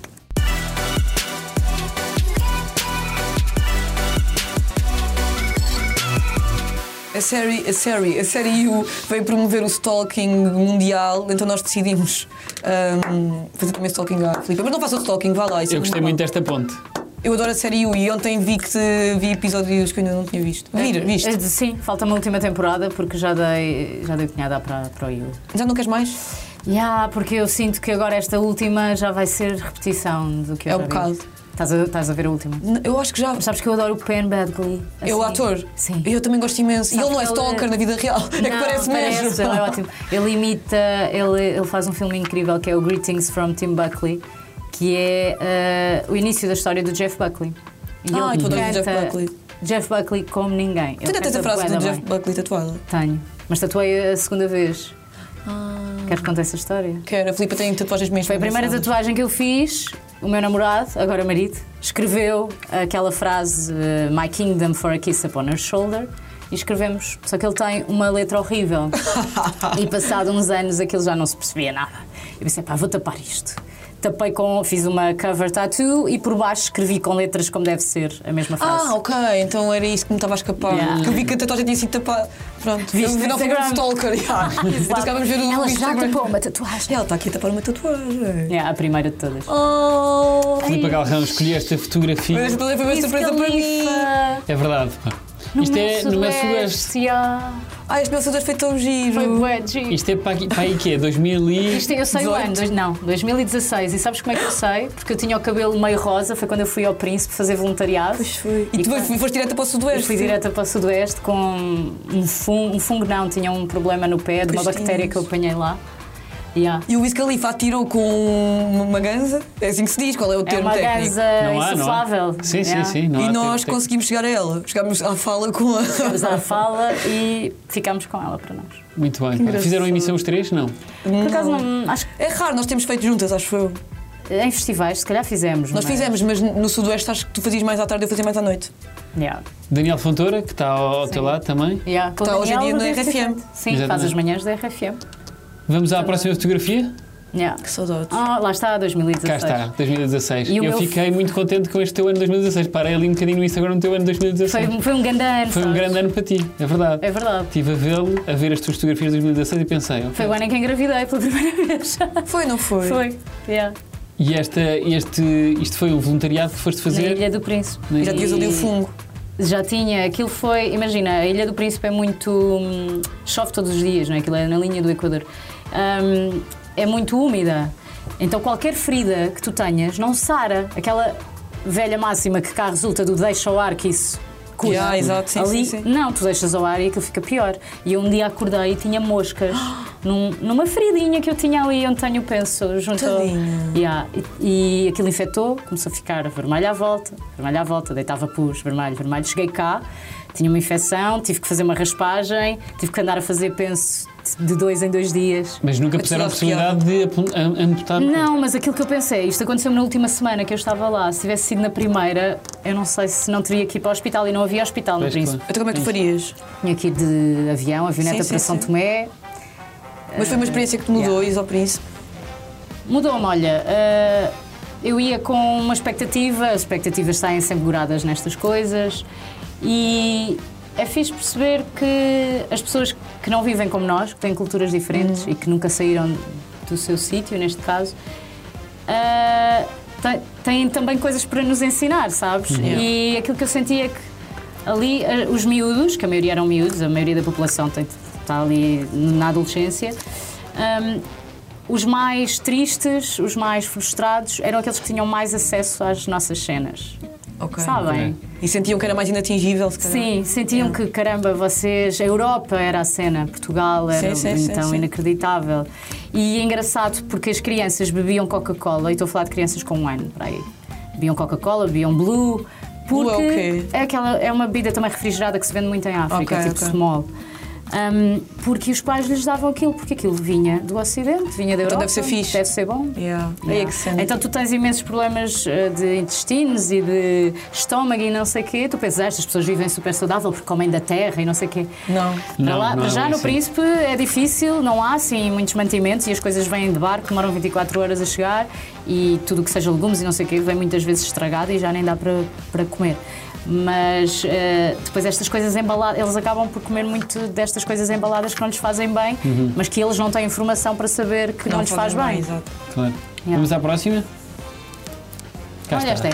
A série, a série, a série U veio promover o stalking mundial, então nós decidimos ahm, fazer também stalking à Filipe. Mas não faça o stalking, vá lá. isso
Eu
é
gostei
normal.
muito desta ponte.
Eu adoro a série U e ontem vi que te- vi episódios que eu ainda não tinha visto. Vir,
É,
viste?
de- Sim, falta-me a última temporada porque já dei, já dei punhada para, para o Yuri.
Já não queres mais?
Ya, porque eu sinto que agora esta última já vai ser repetição do que eu
É um
já vi.
bocado.
Estás a, estás a ver a última.
N- Eu acho que já.
Sabes que eu adoro o Penn Badgley.
É o
assim.
ator?
Sim.
Eu também gosto imenso. e
Sabes
ele não é
que
stalker
ele-
na vida real. É que
Não,
parece, mesmo.
Ele é ótimo. Ele imita, ele, ele faz um filme incrível que é o Greetings from Tim Buckley, que é eh, o início da história do Jeff Buckley. E
Ai,
ele
tu adoras o
canta
Ah, então Jeff Buckley.
Jeff Buckley como ninguém.
Tu ainda tens a frase do Jeff Buckley tatuada?
Tenho, mas tatuei a segunda vez. Queres que conte essa história?
Que era, a Filipe tem tatuagens mesmo.
Ah. Foi a primeira
engraçadas.
tatuagem que eu fiz. O meu namorado, agora marido, escreveu aquela frase eh, My Kingdom for a Kiss Upon Her Shoulder e escrevemos. Só que ele tem uma letra horrível. e passado uns anos aquilo já não se percebia nada. Eu pensei, pá, vou tapar isto. tapei com, fiz uma cover tattoo e por baixo escrevi com letras como deve ser a mesma frase.
Ah, ok, então era isso que me estava a escapar.
Yeah.
Que eu vi que a tatuagem tinha sido tapada. Pronto,
Viste
eu
no
não fui um
Instagram.
stalker. Yeah. então se calhar vamos ver o
Ela já
Instagram.
tapou uma tatuagem.
Ela está aqui a tapar uma tatuagem.
Yeah, É, a primeira de todas.
Oh!
Filipe Galrão, escolhi esta fotografia.
Mas esta também foi uma surpresa para mim.
É verdade. pá. Isto é, não é sudeste.
Ai, este meu sudor foi tão giro.
Foi bué de giro.
Isto é para aqui, para aí que é 2000 e...
Isto eu sei o
18?
ano, dois- não, 2016. E sabes como é que eu sei? Porque eu tinha o cabelo meio rosa, foi quando eu fui ao Príncipe fazer voluntariado. Pois
E, tu foi- foste direta para o
Eu
sudoeste.
fui direta para o Sudoeste com um fungo, um fungo não, tinha um problema no pé de uma
Pois
bactéria
tinhas.
que eu apanhei lá. Yeah.
E o Wiz Khalifa atirou com uma- uma ganza? É assim que se diz, qual é o
É
termo
uma
técnico?
ganza
Não há, não
insuflável.
há. Sim,
yeah.
sim, sim. Não
E
há
nós
tempo, tempo.
conseguimos chegar a ela. Chegámos à fala com a.
Chegámos à fala e ficámos com ela para nós.
Muito bem. pá. Fizeram emissão os três? Não.
Hum.
Por acaso, não, acho
É raro, nós temos feito juntas, acho eu.
que em festivais, se calhar fizemos. é?
Nós
mas-
fizemos, mas no Sudoeste acho que tu fazias mais à tarde e eu fazia mais à noite.
Yeah.
Daniel Fontoura, que está ao, ao teu lado também.
Yeah.
está Tá, hoje em dia é na RFM.
Sim, faz
Exatamente.
as manhãs da RFM.
Vamos à próxima fotografia?
Yeah.
Que saudades.
Ah, lá está, 2016.
Cá está, 2016.
E o
eu
meu
fiquei muito contente com este teu ano 2016. Parei ali um bocadinho no Instagram do teu ano 2016.
Foi, um- foi um grande ano.
Foi um
sabes?
grande ano para ti, é verdade.
É verdade.
Estive a vê-lo, a ver as tuas fotografias de 2016 e pensei, ok.
Foi o ano em que engravidei pela primeira vez.
Foi, não foi?
Foi. Yeah.
E esta, este, isto foi um voluntariado que foste
Na
fazer?
Ilha do Príncipe.
Na
E Já tinhas ali o fungo.
Já tinha, aquilo foi, imagina, a Ilha do Príncipe é muito. hum, chove todos os dias, não é? Aquilo é na linha do Equador. Hum, é muito úmida. Então qualquer ferida que tu tenhas não sara. Aquela velha máxima que cá resulta do deixa ao ar que isso. Cura.
Yeah, exato, sim,
Ali,
sim, sim.
não, tu deixas ao ar e aquilo fica pior. E eu um dia acordei e tinha moscas num- numa feridinha que eu tinha ali onde tenho o penso, junto ao-
Tadinha.
Yeah, E, e aquilo infectou, começou a ficar vermelho à volta, vermelho à volta, deitava pus, vermelho, vermelho. Cheguei cá, tinha uma infecção, tive que fazer uma raspagem, tive que andar a fazer penso de dois em dois dias.
Mas nunca
Eu
puseram a
precisava de
possibilidade de apu- am- amputar.
Não, mas aquilo que eu pensei, isto aconteceu na última semana que eu estava lá. Se tivesse sido na primeira, eu não sei se não teria que ir para o hospital e não havia hospital no
Pois,
Príncipe.
Então como é que tu farias?
Tinha que ir de avião, avioneta
Sim, sim,
para São
sim.
Tomé.
Mas foi uma experiência que te mudou, Isa ao Príncipe.
Mudou-me, olha. eh, eu ia com uma expectativa, as expectativas saem sempre goradas nestas coisas e é fixe perceber que as pessoas que não vivem como nós, que têm culturas diferentes e que nunca saíram do seu sítio, neste caso, eh, te- têm também coisas para nos ensinar, sabes? E aquilo que eu sentia é que ali eh, os miúdos, que a maioria eram miúdos, a maioria da população tem- está ali na adolescência, hum, os mais tristes, os mais frustrados, eram aqueles que tinham mais acesso às nossas cenas.
Ok. É.
Sabem?
E sentiam que era mais inatingível, se calhar.
Sim, sentiam que, caramba, vocês. A Europa era a cena, Portugal era
Sim, sim, sim,
então
sim.
inacreditável. E é engraçado porque as crianças bebiam Coca-Cola, e estou a falar de crianças com um ano, para aí. Bebiam Coca-Cola, bebiam Blue,
Blue é o
porque
quê?
é, aquela, é uma bebida também refrigerada que se vende muito em África,
Ok,
tipo
ok.
small. Um, porque os pais lhes davam aquilo, porque aquilo vinha do Ocidente, vinha da Europa.
Então deve ser fixe.
Deve ser bom.
Yeah. Aí é
Yeah.
que se sente.
Então tu tens imensos problemas eh, de intestinos e de estômago e não sei o quê. Tu pensas, "Ah, estas pessoas vivem super saudável porque comem da terra e não sei o quê.
Não.
Para
Não,
lá-
não
para
é
já
bem
no
assim.
Príncipe é difícil, não há assim muitos mantimentos e as coisas vêm de barco, demoram 24 horas a chegar e tudo o que seja legumes e não sei o quê vem muitas vezes estragado e já nem dá para, para comer. Mas eh, depois estas coisas embaladas, eles acabam por comer muito destas coisas embaladas que não lhes fazem bem,
Uhum.
mas que eles não têm informação para saber que não, lhes faz
fazem
bem.
Exato.
Claro.
Yeah.
Vamos à próxima? Cá
Olha, esta
está.
é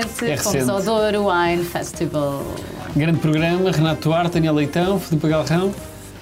recente,
É
fomos
recente.
ao Douro Wine Festival.
Grande programa, Renato Duarte, Daniel Leitão, Filipe Galrão,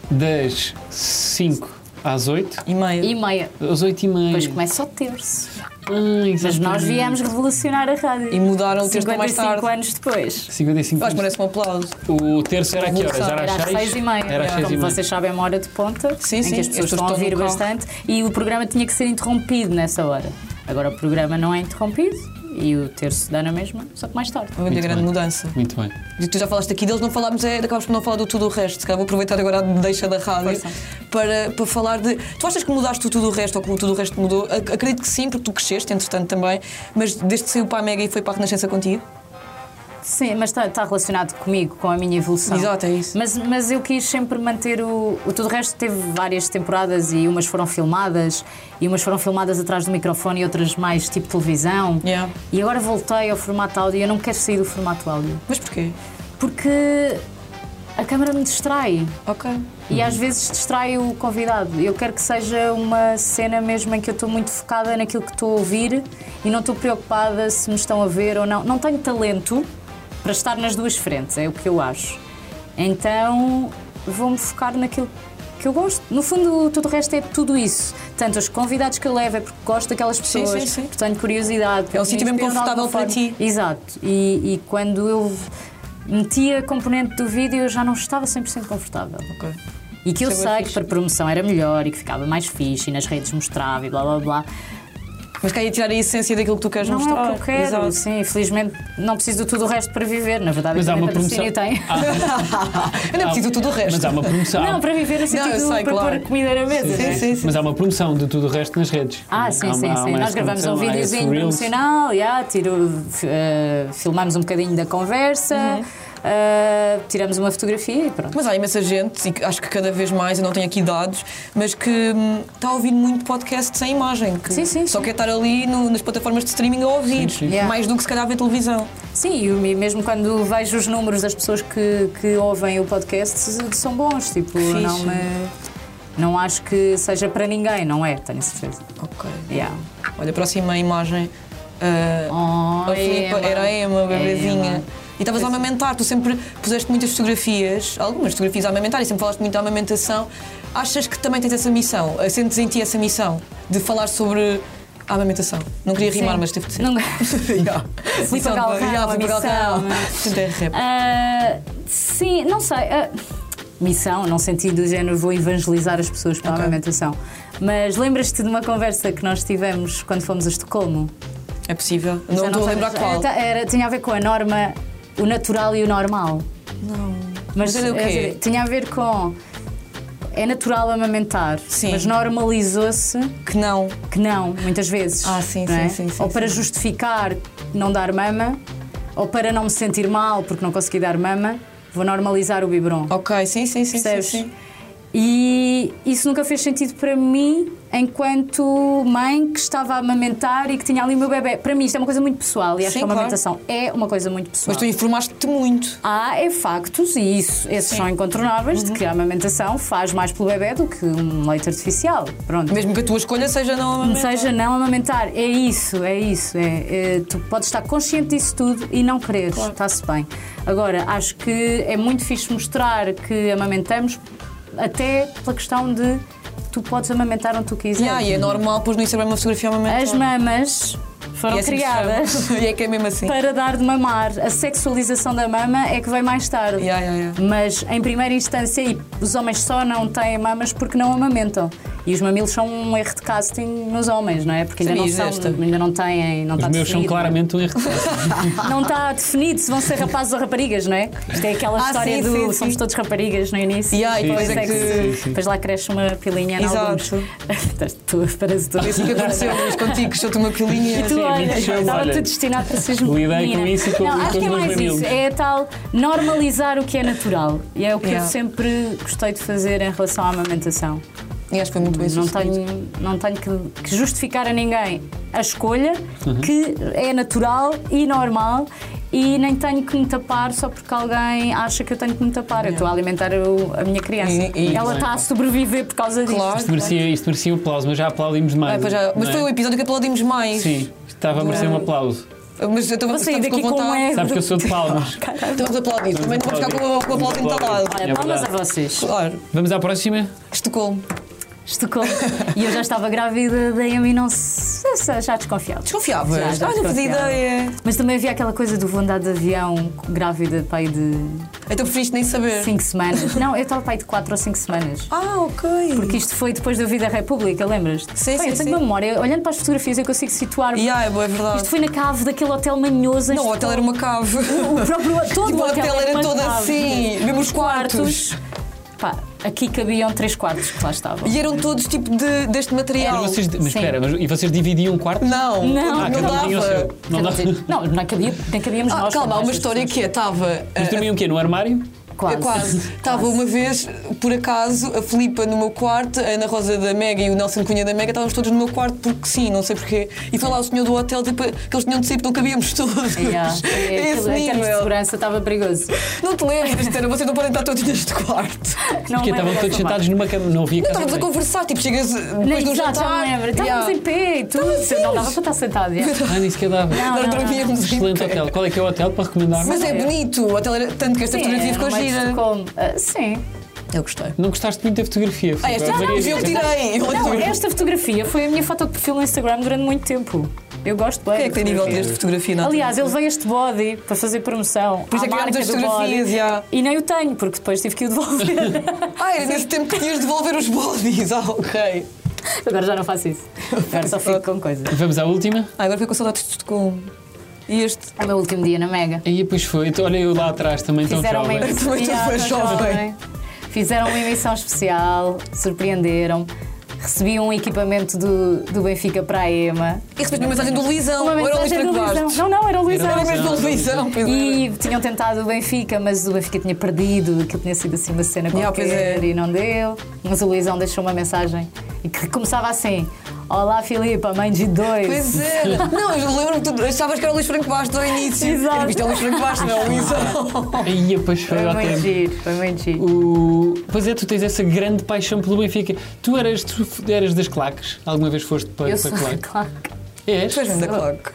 das 5 às 8.
E meia.
E meia.
Às 8 e meia.
Depois começa o terço.
Ah,
Mas
Hum. exatamente.
nós viemos revolucionar a rádio.
E mudaram o terço para mais
55
tarde.
anos depois.
55
Acho que merece um aplauso.
O terço era a que horas? Era
Era
às
às seis e meia.
Era às seis e
Como
meia.
vocês sabem, é uma hora de ponta
Sim,
em
sim,
que as pessoas estão a ouvir
no carro.
bastante e o programa tinha que ser interrompido nessa hora. Agora o programa não é interrompido e o terço dá na mesma, só que mais tarde.
Uma grande
bem.
mudança.
Muito bem.
E Tu já falaste aqui deles, não falámos, é, acabámos por não falar do tudo o resto. Se calhar vou aproveitar agora a deixa da rádio
Força.
para, para falar de. Tu achas que mudaste o tudo o resto ou que o tudo o resto mudou? Ac- Acredito que sim, porque tu cresceste, entretanto também, mas desde que saiu para a Mega e foi para a Renascença contigo?
Sim, mas está está relacionado comigo, com a minha evolução.
Exato, é isso.
Mas, mas eu quis sempre manter o, o. Tudo o resto teve várias temporadas e umas foram filmadas, e umas foram filmadas atrás do microfone e outras mais tipo televisão.
Yeah.
E agora voltei ao formato áudio e eu não quero sair do formato áudio.
Mas porquê?
Porque a câmara me distrai.
Ok.
E às vezes distrai o convidado. Eu quero que seja uma cena mesmo em que eu estou muito focada naquilo que estou a ouvir e não estou preocupada se me estão a ver ou não. Não tenho talento para estar nas duas frentes, é o que eu acho. Então vou-me focar naquilo que eu gosto. No fundo, tudo o resto é tudo isso. Tanto os convidados que eu levo é porque gosto daquelas
Sim,
pessoas,
sim, sim.
porque tenho curiosidade. porque
É um
me
sítio mesmo
inspiram de alguma
confortável para
forma.
ti.
Exato. E, e quando eu meti a componente do vídeo, eu já não estava 100% confortável.
Ok.
E que eu
Isso é bué
sei que
fixe.
para promoção era melhor e que ficava mais fixe e nas redes mostrava e blá blá blá.
Mas quer tirar a essência daquilo que tu queres
Não
mostrar.
é o que eu quero.
Exato.
Sim, felizmente não preciso de tudo o resto para viver. Na verdade,
Mas há
nem
uma promoção.
patrocínio tem.
Eu não preciso de tudo o resto.
Mas há uma promoção. É
Não, para viver no sentido
eu sei,
para
claro.
pôr comida na mesa.
Sim,
né?
sim, sim.
Mas há uma promoção de tudo o resto nas redes.
Ah, sim,
Há
sim,
uma- há
sim.
uma
Nós
essa
gravamos um
promoção, é há esse
videozinho
Reels.
promocional, yeah, tiro, f- eh, filmamos um bocadinho da conversa,
Uhum.
eh, tiramos uma fotografia e pronto.
Mas há imensa gente, e que acho que cada vez mais, eu não tenho aqui dados, mas que hum, está ouvindo muito podcast sem imagem. Que
Sim, sim,
Só
sim.
quer estar ali no- nas plataformas de streaming a ouvir,
Sim, sim.
Yeah.
mais do que se calhar ver televisão.
Sim, e o- e mesmo quando vejo os números das pessoas que, que ouvem o podcast, são bons. Tipo,
fixe.
não, me- não acho que seja para ninguém, não é? Tenho certeza.
Ok.
Yeah.
Olha, a próxima imagem. ah,
Oh,
a Filipa-
Emma. É
era a Emma, a bebezinha.
Emma.
E estavas a amamentar, tu sempre puseste muitas fotografias, algumas fotografias a amamentar e sempre falaste muito da amamentação. Achas que também tens essa missão? Sentes em ti essa missão de falar sobre a amamentação? Não queria rimar,
Sim.
mas teve de ser.
Não-
yeah. Missão de-
Galvão,
yeah, Filipa
missão.
Galvão. Portanto, é rap.
Ah, sim, não sei. ah, missão, não sentido do género, vou evangelizar as pessoas para
Ok.
a alimentação. Mas lembras-te de uma conversa que nós tivemos quando fomos a Estocolmo?
É possível.
Já
Não estou a
sei, é.
lembrar
mas
qual.
Era, era- tinha a ver com a norma, o natural e o normal. Não.
Mas era o quê?
é, tinha a ver com. É natural amamentar,
Sim.
mas normalizou-se
Que não.
que não, muitas vezes.
Ah, sim,
não é?
sim, sim, sim,
Ou para
sim.
justificar não dar mama, ou para não me sentir mal porque não consegui dar mama, vou normalizar o biberon.
Ok, sim, sim, sim. sim,
Percebes?
sim.
E isso nunca fez sentido para mim enquanto mãe que estava a amamentar e que tinha ali o meu bebê. Para mim isto é uma coisa muito pessoal e acho
Sim,
que a
claro.
amamentação é uma coisa muito pessoal.
Mas tu informaste-te muito.
Há é factos, e isso, esses são incontornáveis, de que
Uhum.
a amamentação faz mais pelo bebê do que um leite artificial. Pronto.
Mesmo que a tua escolha seja não amamentar.
Seja não amamentar, é isso, é isso. É, é, tu podes estar consciente disso tudo e não quereres, está-se bem. Agora, acho que é muito fixe mostrar que amamentamos, até pela questão de tu podes amamentar onde tu quiseres.
Yeah, e é normal pôr no Instagram uma fotografia a amamentar.
assim. As mamas foram
E é assim que se chama.
criadas
e é que é mesmo assim.
para dar de mamar. A sexualização da mama é que vem mais tarde.
Yeah, yeah, yeah.
Mas em primeira instância, e os homens só não têm mamas porque não amamentam. E os mamilos são um erro de casting nos homens, não é? Porque ainda, não,
Sabias
são,
desta?
ainda não têm. Não
Os
está
meus são
definido,
claramente um erro.
Não, é? Não está definido se vão ser rapazes ou raparigas, não é? Isto é aquela
Ah,
história
sim,
do
sim, sim.
somos todos raparigas no início.
Yeah, e
e
depois é que-
Depois lá cresce uma pilinha em
Exato.
alguns. Estás tu, parece tu.
Foi assim que aconteceu, mas contigo, cresceu-te uma pilinha.
E tu
Sim,
olha,
me chama,
estava
olha.
tudo destinado para seres
Lidei
menina.
com isso e é com-
Não,
e
acho que
com
é
os meus
mais
mamilos.
isso. É a tal normalizar o que é natural. E é o que
Yeah.
eu sempre gostei de fazer em relação à amamentação.
E acho que foi muito bem
Não
sucedido.
tenho, não tenho que, que justificar a ninguém a escolha
Uhum.
que é natural e normal e nem tenho que me tapar só porque alguém acha que eu tenho que me tapar. Eu estou a alimentar o- a minha criança.
E- e-
Ela
Claro.
está a sobreviver por causa disso.
Claro.
Isto merecia, isto merecia um aplauso, mas já aplaudimos mais.
Ah, pois já. Mas
não é?
foi o episódio que aplaudimos mais.
Sim, estava a merecer um aplauso.
Mas eu estava
Vou sair
estamos
daqui
com
com um
vontade.
ego.
Sabes que eu sou de palmas.
Estamos aplaudidos. Também não vamos ficar com o com o aplauso entalado.
Olha,
É
palmas a
verdade.
vocês.
Claro,
Vamos à próxima?
Estocolmo.
Estocou. e eu já estava grávida, daí a mim não se, se- já desconfiava.
Desconfiavas.
Já, já
ah, não fazia
desconfiava.
ideia.
Mas também havia aquela coisa do vou andar de avião grávida, pai de
Então preferiste nem saber.
5 semanas. Não, eu estava pai de 4 ou 5 semanas.
Ah, ok.
Porque isto foi depois da vida República, lembras-te?
Sim,
Bem,
sim,
Eu tenho
sim.
uma memória, olhando para as fotografias eu consigo situar-me.
Yeah, é boa, é verdade.
Isto foi na cave daquele hotel manhoso. em
Não, o hotel era uma cave.
O próprio todo
Tipo,
o hotel,
era
uma
todo
cave.
assim, mesmo os quartos.
Pá, Aqui cabiam três quartos que lá estavam.
E eram todos tipo de- deste
Mas,
material.
vocês, mas
Sim.
espera, mas, e vocês dividiam quartos?
Não,
Não.
não,
Ah, cada um tinha o
dava.
seu. Não dava.
Não, não cabia, nem cabíamos
Ah,
nós.
calma, há
com
uma
estas
história
pessoas.
que é, estava.
Mas dormiam o quê? No armário?
eh,
Quase.
Quase. Estava uma vez, por acaso, a Filipa no meu quarto, a Ana Rosa da Mega e o Nelson Cunha da Mega, estávamos todos no meu quarto porque sim, não sei porquê. E foi lá o senhor do hotel tipo, que eles tinham de sair porque não cabíamos todos.
Yeah.
É
É,
esse
aquilo, em termos de
nível.
segurança estava perigoso.
Não te lembras, Tera, vocês não podem estar todos neste quarto.
Não
Porque
lembro
estavam todos
dessa parte.
sentados numa cama, não havia cama.
Estávamos a conversar, tipo, chegas depois do
Não, exato, já
jantar.
me lembro. Estávamos
Yeah.
em pé e tudo. Não dava para estar sentado. yeah.
Ah, nem sequer dava.
Não,
Nós
não, não.
dormíamos em
Excelente
pé.
hotel. Qual é que é o hotel para recomendar?
Mas é
Sério?
bonito, o hotel era tanto que esta
Sim,
fotografia ficou
no meio
gira.
de Estocolmo. Ah, sim.
Eu gostei.
Não gostaste muito da fotografia?
é,
Ah, esta
Filipe?
não,
Maria,
eu
esta-
tirei. Eu
Não, é
adoro.
esta fotografia foi a minha foto de perfil no Instagram durante muito tempo. Eu gosto bem.
Quem é que
da
tem nível
fotografia.
deste de fotografia? Não?
Aliás, ele veio este body para fazer promoção.
Por isso
à
é que tirámos
marca
as
do
fotografias,
body.
já.
E nem o tenho, porque depois tive que o devolver.
Ah, era nesse tempo que tinhas de devolver os bodies. Ah, ok.
Agora já não faço isso. Agora só fico com coisas.
Vamos à última?
Ah, agora fico com saudades de Estocolmo. E este?
É O meu último dia na Mega.
Aí depois foi. Então, olha eu lá atrás também tão
Fizeram uma
jovem.
emissão
Também estou bem
especial. é?
jovem.
Fizeram uma emissão especial, surpreenderam. Recebi um equipamento do, do Benfica para a EMA.
E recebeste uma mensagem do Luizão.
Uma
Ou era o Luís
mensagem do
Franco
Luizão.
Bastos?
Não, não, era o Luizão.
Era mesmo
Não,
do
não,
Luizão, pois é. era.
E tinham tentado o Benfica, mas o Benfica tinha perdido, aquilo tinha sido assim uma cena
Yeah,
qualquer
pois é.
e não deu. Mas o Luizão deixou uma mensagem e que começava assim: Olá Filipa, mãe de dois.
Pois é. era. Não, eu lembro-me que tu achavas que era o Luís Franco Bastos ao início.
Exato.
Isto é o Luís Franco Bastos, não é o Luizão.
Aí depois foi
foi
ao
muito
tempo.
giro, foi muito giro.
O... Pois é, tu tens essa grande paixão pelo Benfica. Tu eras, tu eras das claques? Alguma vez foste para,
Eu
para
sou da
claque?
claque.
És?
Depois vem da Clock.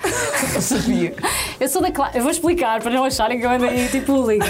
Eu sabia.
Eu sou da claque. Eu vou explicar para não acharem que eu ando aí tipo liga.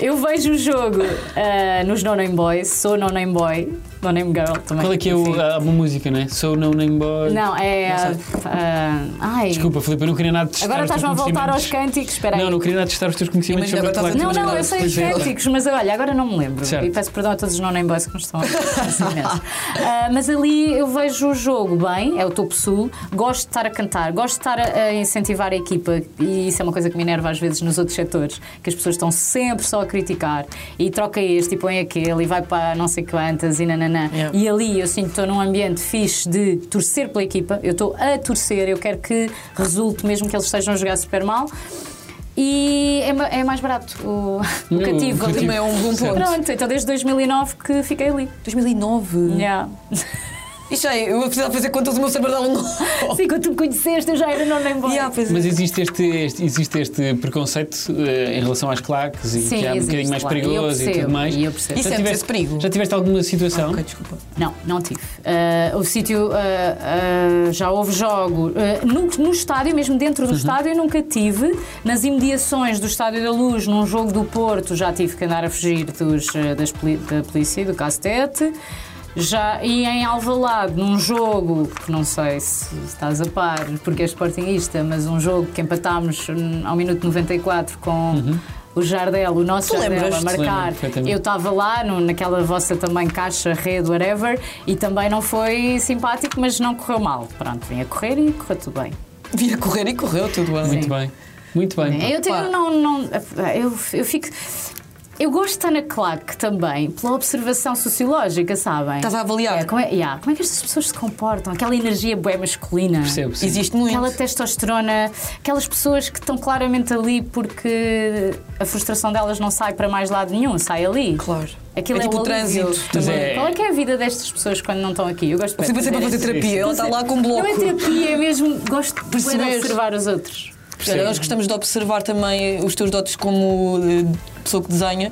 Eu vejo o jogo ah, nos No Name Boys, sou No Name Boy, No Name Girl também.
Qual é que é
enfim.
o, a, uma música, não é? Sou No Name Boy.
Não, é.
Não
ah, ai.
Desculpa, Filipe, eu não queria nada testar
Agora
os teus
estás-me a voltar aos
conhecimentos.
cânticos, espera aí.
Não, não queria nada testar os teus conhecimentos
Imagina,
sobre a
agora
claque.
estás
Não,
Mas
não,
agora-
eu sei
pois
os
é.
cânticos, mas olha, agora não me lembro.
Certo.
E peço perdão a todos os non boys que nos estão a ouvir, imenso. Ah, Mas ali eu vejo o jogo bem, é o topo sul. Gosto de estar a cantar, gosto de estar a, a incentivar a equipa e isso é uma coisa que me enerva às vezes nos outros setores, que as pessoas estão sempre só a criticar e troca este e põe aquele e vai para não sei quantas e nananã.
Yeah.
E ali eu sinto que estou num ambiente fixe de torcer pela equipa, eu estou a torcer, eu quero que resulte mesmo que eles estejam a jogar super mal. E é, ma- é mais barato o, o
Não,
cativo.
o
ali.
Também é um bom ponto.
Pronto, então desde 2009 que fiquei ali.
2009.
Yeah.
Isto aí, eu precisava fazer contas do meu cérebro dá um
Oh.
nó.
Sim, quando tu me conheceste, eu já era não nem boy.
Yeah, pois é.
Mas existe este, este- existe este preconceito eh, em relação às claques e
Sim,
que é um
existe,
bocadinho mais
claro. E eu
perigoso e,
percebo,
tudo mais.
e eu percebo. Então, é um
E sentes esse perigo?
Já tiveste alguma situação?
Ok, desculpa.
Não, não tive. Ah, o sítio ah, ah, já houve jogo ah, no, no estádio, mesmo dentro
Uhum.
do estádio, eu nunca tive. Nas imediações do Estádio da Luz, num jogo do Porto, já tive que andar a fugir dos, ah, das poli- da polícia, do Castete. Já, e em Alvalade, num jogo que não sei se estás a par, porque és sportinguista, mas um jogo que empatámos hum, ao minuto 94 com o Jardel, o nosso
Tu
Jardel, a
lembras-te?
marcar.
Uhum. Lembro-me perfeitamente.
Eu eu estava lá no- naquela vossa também caixa, rede, whatever, e também não foi simpático, mas não correu mal. Pronto, vim a correr e correu tudo bem.
Via correr e correu tudo bem.
Muito
Sim. É,
bem. Muito bem.
Eu, tenho-
Pá.
não, não, eu, eu fico. Eu gosto de estar na claque também pela observação sociológica, sabem?
Estás a avaliar.
É, como, é, yeah, como é que estas pessoas se comportam? Aquela energia bué masculina.
Percebo, sim.
Existe muito.
Aquela testosterona, aquelas pessoas que estão claramente ali porque a frustração delas não sai para mais lado nenhum, sai ali.
Claro.
Aquilo
É
é,
tipo
o alívio.
trânsito
Mas também. é-
Qual é que é a vida destas pessoas quando não estão aqui? Eu gosto
Você
de
pensei para fazer
perceber isso.
terapia, ela está lá com um bloco.
Não é terapia, é mesmo gosto de
Perceber.
poder observar os outros.
Olha, nós gostamos de observar também eh, os teus dotes como eh, pessoa que desenha.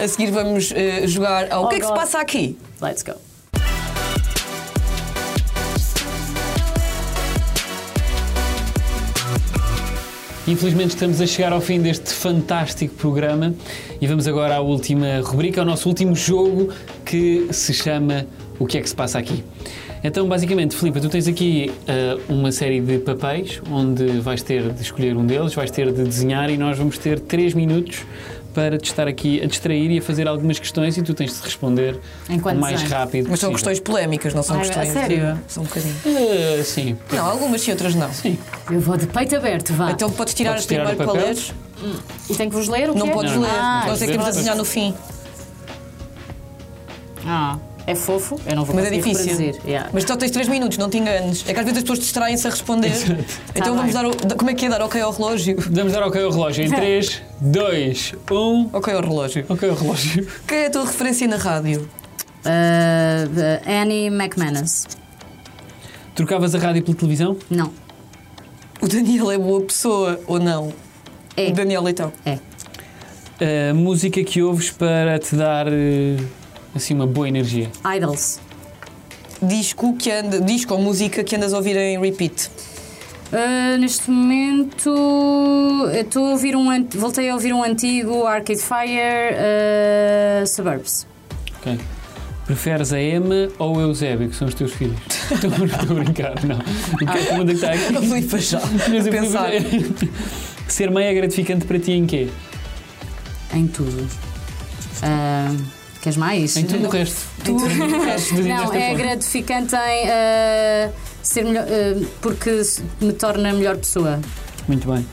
A seguir vamos eh, jogar ao
Oh,
O que é que se
God.
passa aqui?
Let's go.
Infelizmente estamos a chegar ao fim deste fantástico programa e vamos agora à última rubrica, ao nosso último jogo que se chama O que é que se passa aqui? Então, basicamente, Filipe, tu tens aqui ah, uma série de papéis onde vais ter de escolher um deles, vais ter de desenhar e nós vamos ter 3 minutos para te estar aqui a distrair e a fazer algumas questões e tu tens de responder
Em
o
quantos
mais
anos?
rápido
Mas são
possível.
questões polémicas, não são
Ai, a
questões.
sério?
São um bocadinho.
Ah, sim.
Não, algumas sim, outras não.
Sim.
Eu vou de peito aberto, vá.
Então podes tirar
Podes
as
tirar
primeiro
o
para
papel?
leres.
e tenho que vos ler o que
Não
é?
podes
Não,
ler.
Ah,
Nós é que
Podes
temos a
ler,
desenhar no fim.
Ah, é fofo, eu não vou
Mas é
conseguir
difícil.
reproduzir. Yeah.
Mas só tens 3 minutos, não te enganes. É que às vezes as pessoas distraem-se a responder. Então
Tá
vamos
bem.
dar. o- Como é que é dar ok ao relógio?
Vamos dar ok ao relógio. Em 3, 2, 1.
Ok ao relógio.
Ok ao relógio.
Quem é a tua referência na rádio?
Ah, de Annie McManus.
Trocavas a rádio pela televisão?
Não.
O Daniel é boa pessoa ou não?
É.
O Daniel então. Leitão.
É.
A música que ouves para te dar eh, assim uma boa energia?
Idols.
Disco, que anda, disco ou música que andas a ouvir em repeat.
Ah, neste momento eu estou a ouvir um ant- voltei a ouvir um antigo Arcade Fire ah, Suburbs.
Ok. Preferes a Emma ou o Eusébio, que são os teus filhos? Estou estou a brincar, não. O que é que o mundo é que está
A
aqui?
Filipa já.
Mas
A
eu-
pensar.
Ser mãe é gratificante para ti em quê?
Em tudo. Ah, queres mais?
Em tudo o resto.
Tu-
Não, é gratificante em ah, ser melhor. ah, porque se- me torna melhor pessoa.
Muito bem.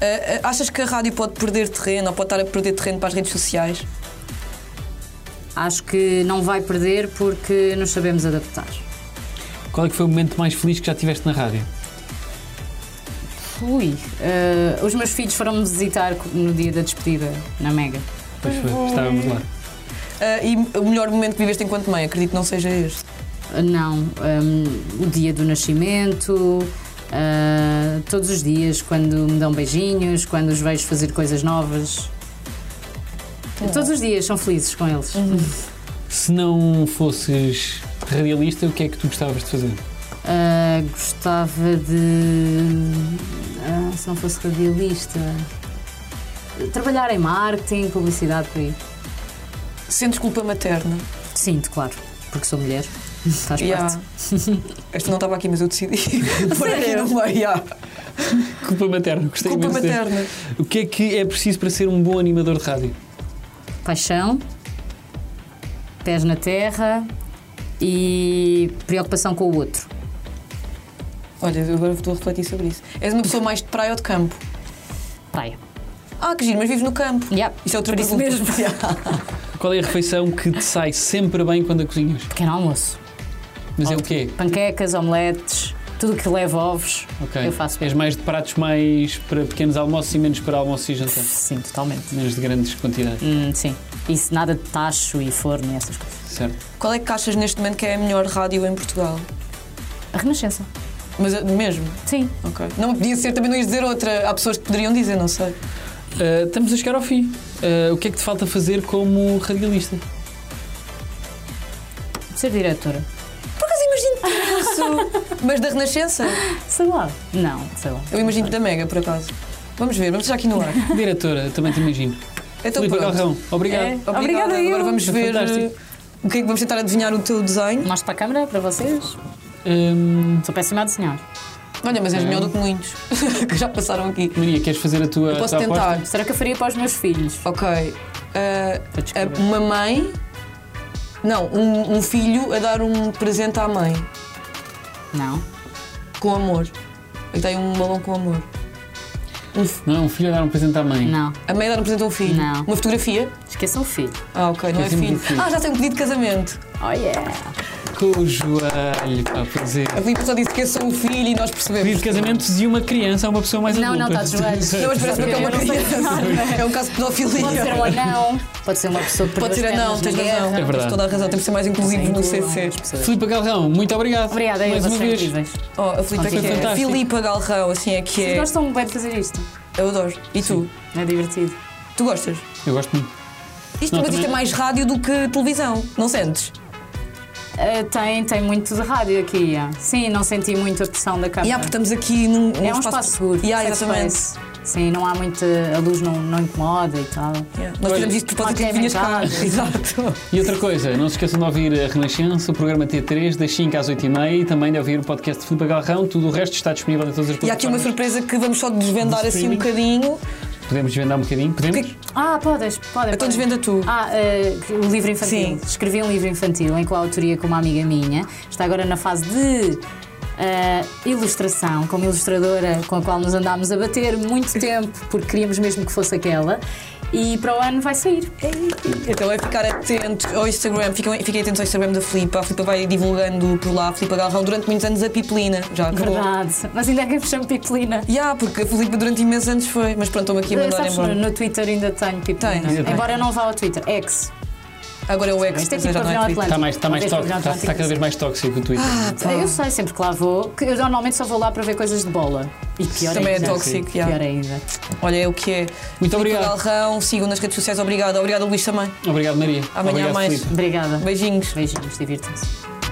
Ah, ah, achas que a rádio pode perder terreno ou pode estar a perder terreno para as redes sociais?
Acho que não vai perder porque nos sabemos adaptar.
Qual é que foi o momento mais feliz que já tiveste na rádio?
Ui, eh, os meus filhos foram-me visitar no dia da despedida, na Mega.
Pois foi, estávamos lá.
Ah, e o melhor momento que viveste enquanto mãe, acredito que não seja este.
Eh, Não, ehm, o dia do nascimento, eh, todos os dias, quando me dão beijinhos, quando os vejo fazer coisas novas. Todos os dias são felizes com eles.
Uhum.
Uhum.
Se não fosses radialista, o que é que tu gostavas de fazer?
Eh, gostava de. ah, se não fosse radialista. Trabalhar em marketing, publicidade, por aí.
Sentes culpa materna?
Sinto, claro, porque sou mulher. Faz
Yeah.
parte.
Este não estava aqui, mas eu decidi. Por aqui
Sério?
no meio, yeah.
Culpa materna, gostei
Culpa
imenso deste.
materna.
O que é que é preciso para ser um bom animador de rádio?
paixão, pés na terra e preocupação com o outro.
Olha, eu agora estou a refletir sobre isso. És uma pessoa mais de praia ou de campo?
Praia.
Ah, que giro, mas vives no campo.
Yeah.
Isso é outra
Por isso
pergunta.
mesmo.
Yeah.
Qual é a refeição que te sai sempre bem quando a cozinhas?
Pequeno almoço.
Mas é o quê?
Panquecas, omeletes, tudo que leva ovos.
Ok.
Eu faço
És
mesmo.
mais de pratos mais para pequenos almoços e menos para almoços e jantar.
Sim, totalmente.
Menos de grandes quantidades,
Hum, sim. Isso nada de tacho e forno e essas coisas.
certo?
Qual é que achas neste momento que é a melhor rádio em Portugal?
A Renascença.
Mas eh, mesmo?
Sim.
Ok. Não podia ser, também não ias dizer outra. Há pessoas que poderiam dizer, não sei.
Ah, estamos a chegar ao fim. Ah, o que é que te falta fazer como radialista?
Ser diretora.
Por acaso imagino tudo isso. mas da Renascença?
Sei lá. Não, sei lá.
Eu imagino da Mega, por acaso. Vamos ver, vamos já aqui no ar.
Diretora, também te imagino.
Então
Filipe
pronto.
Galrão, obrigado.
É.
Obrigada.
Obrigada, eu.
Agora vamos
É
ver
fantástico.
eh, o que é que vamos tentar adivinhar o teu desenho.
Mostra para a câmara, para vocês. É.
Hum,
Sou péssima a desenhar.
Olha, mas és
Ok.
melhor do que muitos que já passaram aqui.
Maria, queres fazer a tua,
Eu posso
a tua
tentar.
aposta?
Será que eu faria para os meus filhos?
Ok. Ah,
Para
a-
descrever.
uma mãe. Não, um, um filho a dar um presente à mãe.
Não.
Com amor. Ele tem um balão com amor. Um f-
Não, um filho a dar um presente à mãe.
Não.
a mãe a dar um presente a um filho.
Não.
Uma fotografia?
Esqueçam o filho.
Ah, ok, não é
Esqueci-me
filho.
do filho.
Ah, já tem um pedido de casamento.
Oh yeah!
Com o joelho, pá, pois é.
A Filipe só disse que eu sou um filho e nós
Pedido
percebemos.
de casamentos e uma criança, uma pessoa mais
Não,
adulta.
não, está de joelhos.
Não, mas parece-me que é uma
Eu não sei
criança. É um caso de pedofilia.
Pode ser um anão, pode ser uma pessoa que
Pode
perdeu
ser,
as
não,
pernas
tens
na guerra.
razão.
É verdade.
Tens toda a razão, temos de ser mais inclusivos no
Sim,
CC.
as pessoas.
Filipe Galrão, muito obrigado.
Obrigada, eu,
Mais uma
vocês são
vez.
incríveis.
Oh, a Filipa é que é.
Fantástico.
Filipa Galrão, assim é que
Vocês
é.
gostam bem de fazer isto.
Eu adoro. E tu?
É divertido.
Tu gostas?
Eu gosto muito.
Isto,
Não,
mas
também-
isto é mais rádio do que televisão, não sentes?
Ah, tem, tem muito de rádio aqui. ah. Sim, não senti muito a pressão da
E
câmara.
há, porque estamos aqui num, num
é um espaço, seguro.
Yeah,
safe
exatamente.
space. Sim, não há muita. A luz não, não incomoda e tal.
Yeah. Nós fizemos isto de propósito
Olha,
que vinhas cá.
é verdade.
Exato.
E outra coisa, não se esqueçam de ouvir a Renascença, o programa T3, das 5 às 8h30 e também de ouvir o podcast de Filipe Galrão. Tudo o resto está disponível em todas as
E há
plataformas.
aqui uma surpresa que vamos só desvendar
Do
assim um bocadinho.
Podemos desvendar um bocadinho? Podemos?
Que-
Ah, podes, podes.
Então desvenda tu.
Ah, eh, o livro infantil.
Sim.
Escrevi um livro infantil em coautoria é com uma amiga minha. Está agora na fase de eh, ilustração, como ilustradora com a qual nos andámos a bater muito tempo, porque queríamos mesmo que fosse aquela. E E para o ano vai sair.
Então é ficar atento ao Instagram, fiquem, fiquem atentos ao Instagram da Filipa. A Filipa vai divulgando por lá, a Filipa Galrão, durante muitos anos a Pipelina. Já acabou.
Verdade. Mas ainda é que me chamo Pipelina.
Já, porque a Filipa durante imensos anos foi, mas pronto, estou aqui a mandar
Sabes,
embora.
no Twitter ainda tenho Pipelina.
Tens.
Embora eu não vá ao Twitter. Ex.
Agora é o ex,
Isto é
já
tipo
não é
pavilhão
Twitter.
Atlântico.
Está mais, está mais
Talvez
tóxico, está,
pavilhão
está cada vez mais tóxico o Twitter.
pá.
Eu sei, sempre que lá vou, que eu normalmente só vou lá para ver coisas de bola. E pior
Também é
ainda.
tóxico, já.
Pior ainda.
Olha, é o que é.
Muito
Filipa
obrigado.
Galrão, sigam nas redes sociais. Obrigada. Obrigada, Luís, também.
Obrigado, Maria.
Amanhã há
Obrigado,
mais.
Filipe.
Obrigada.
Beijinhos.
Beijinhos, divirtam-se.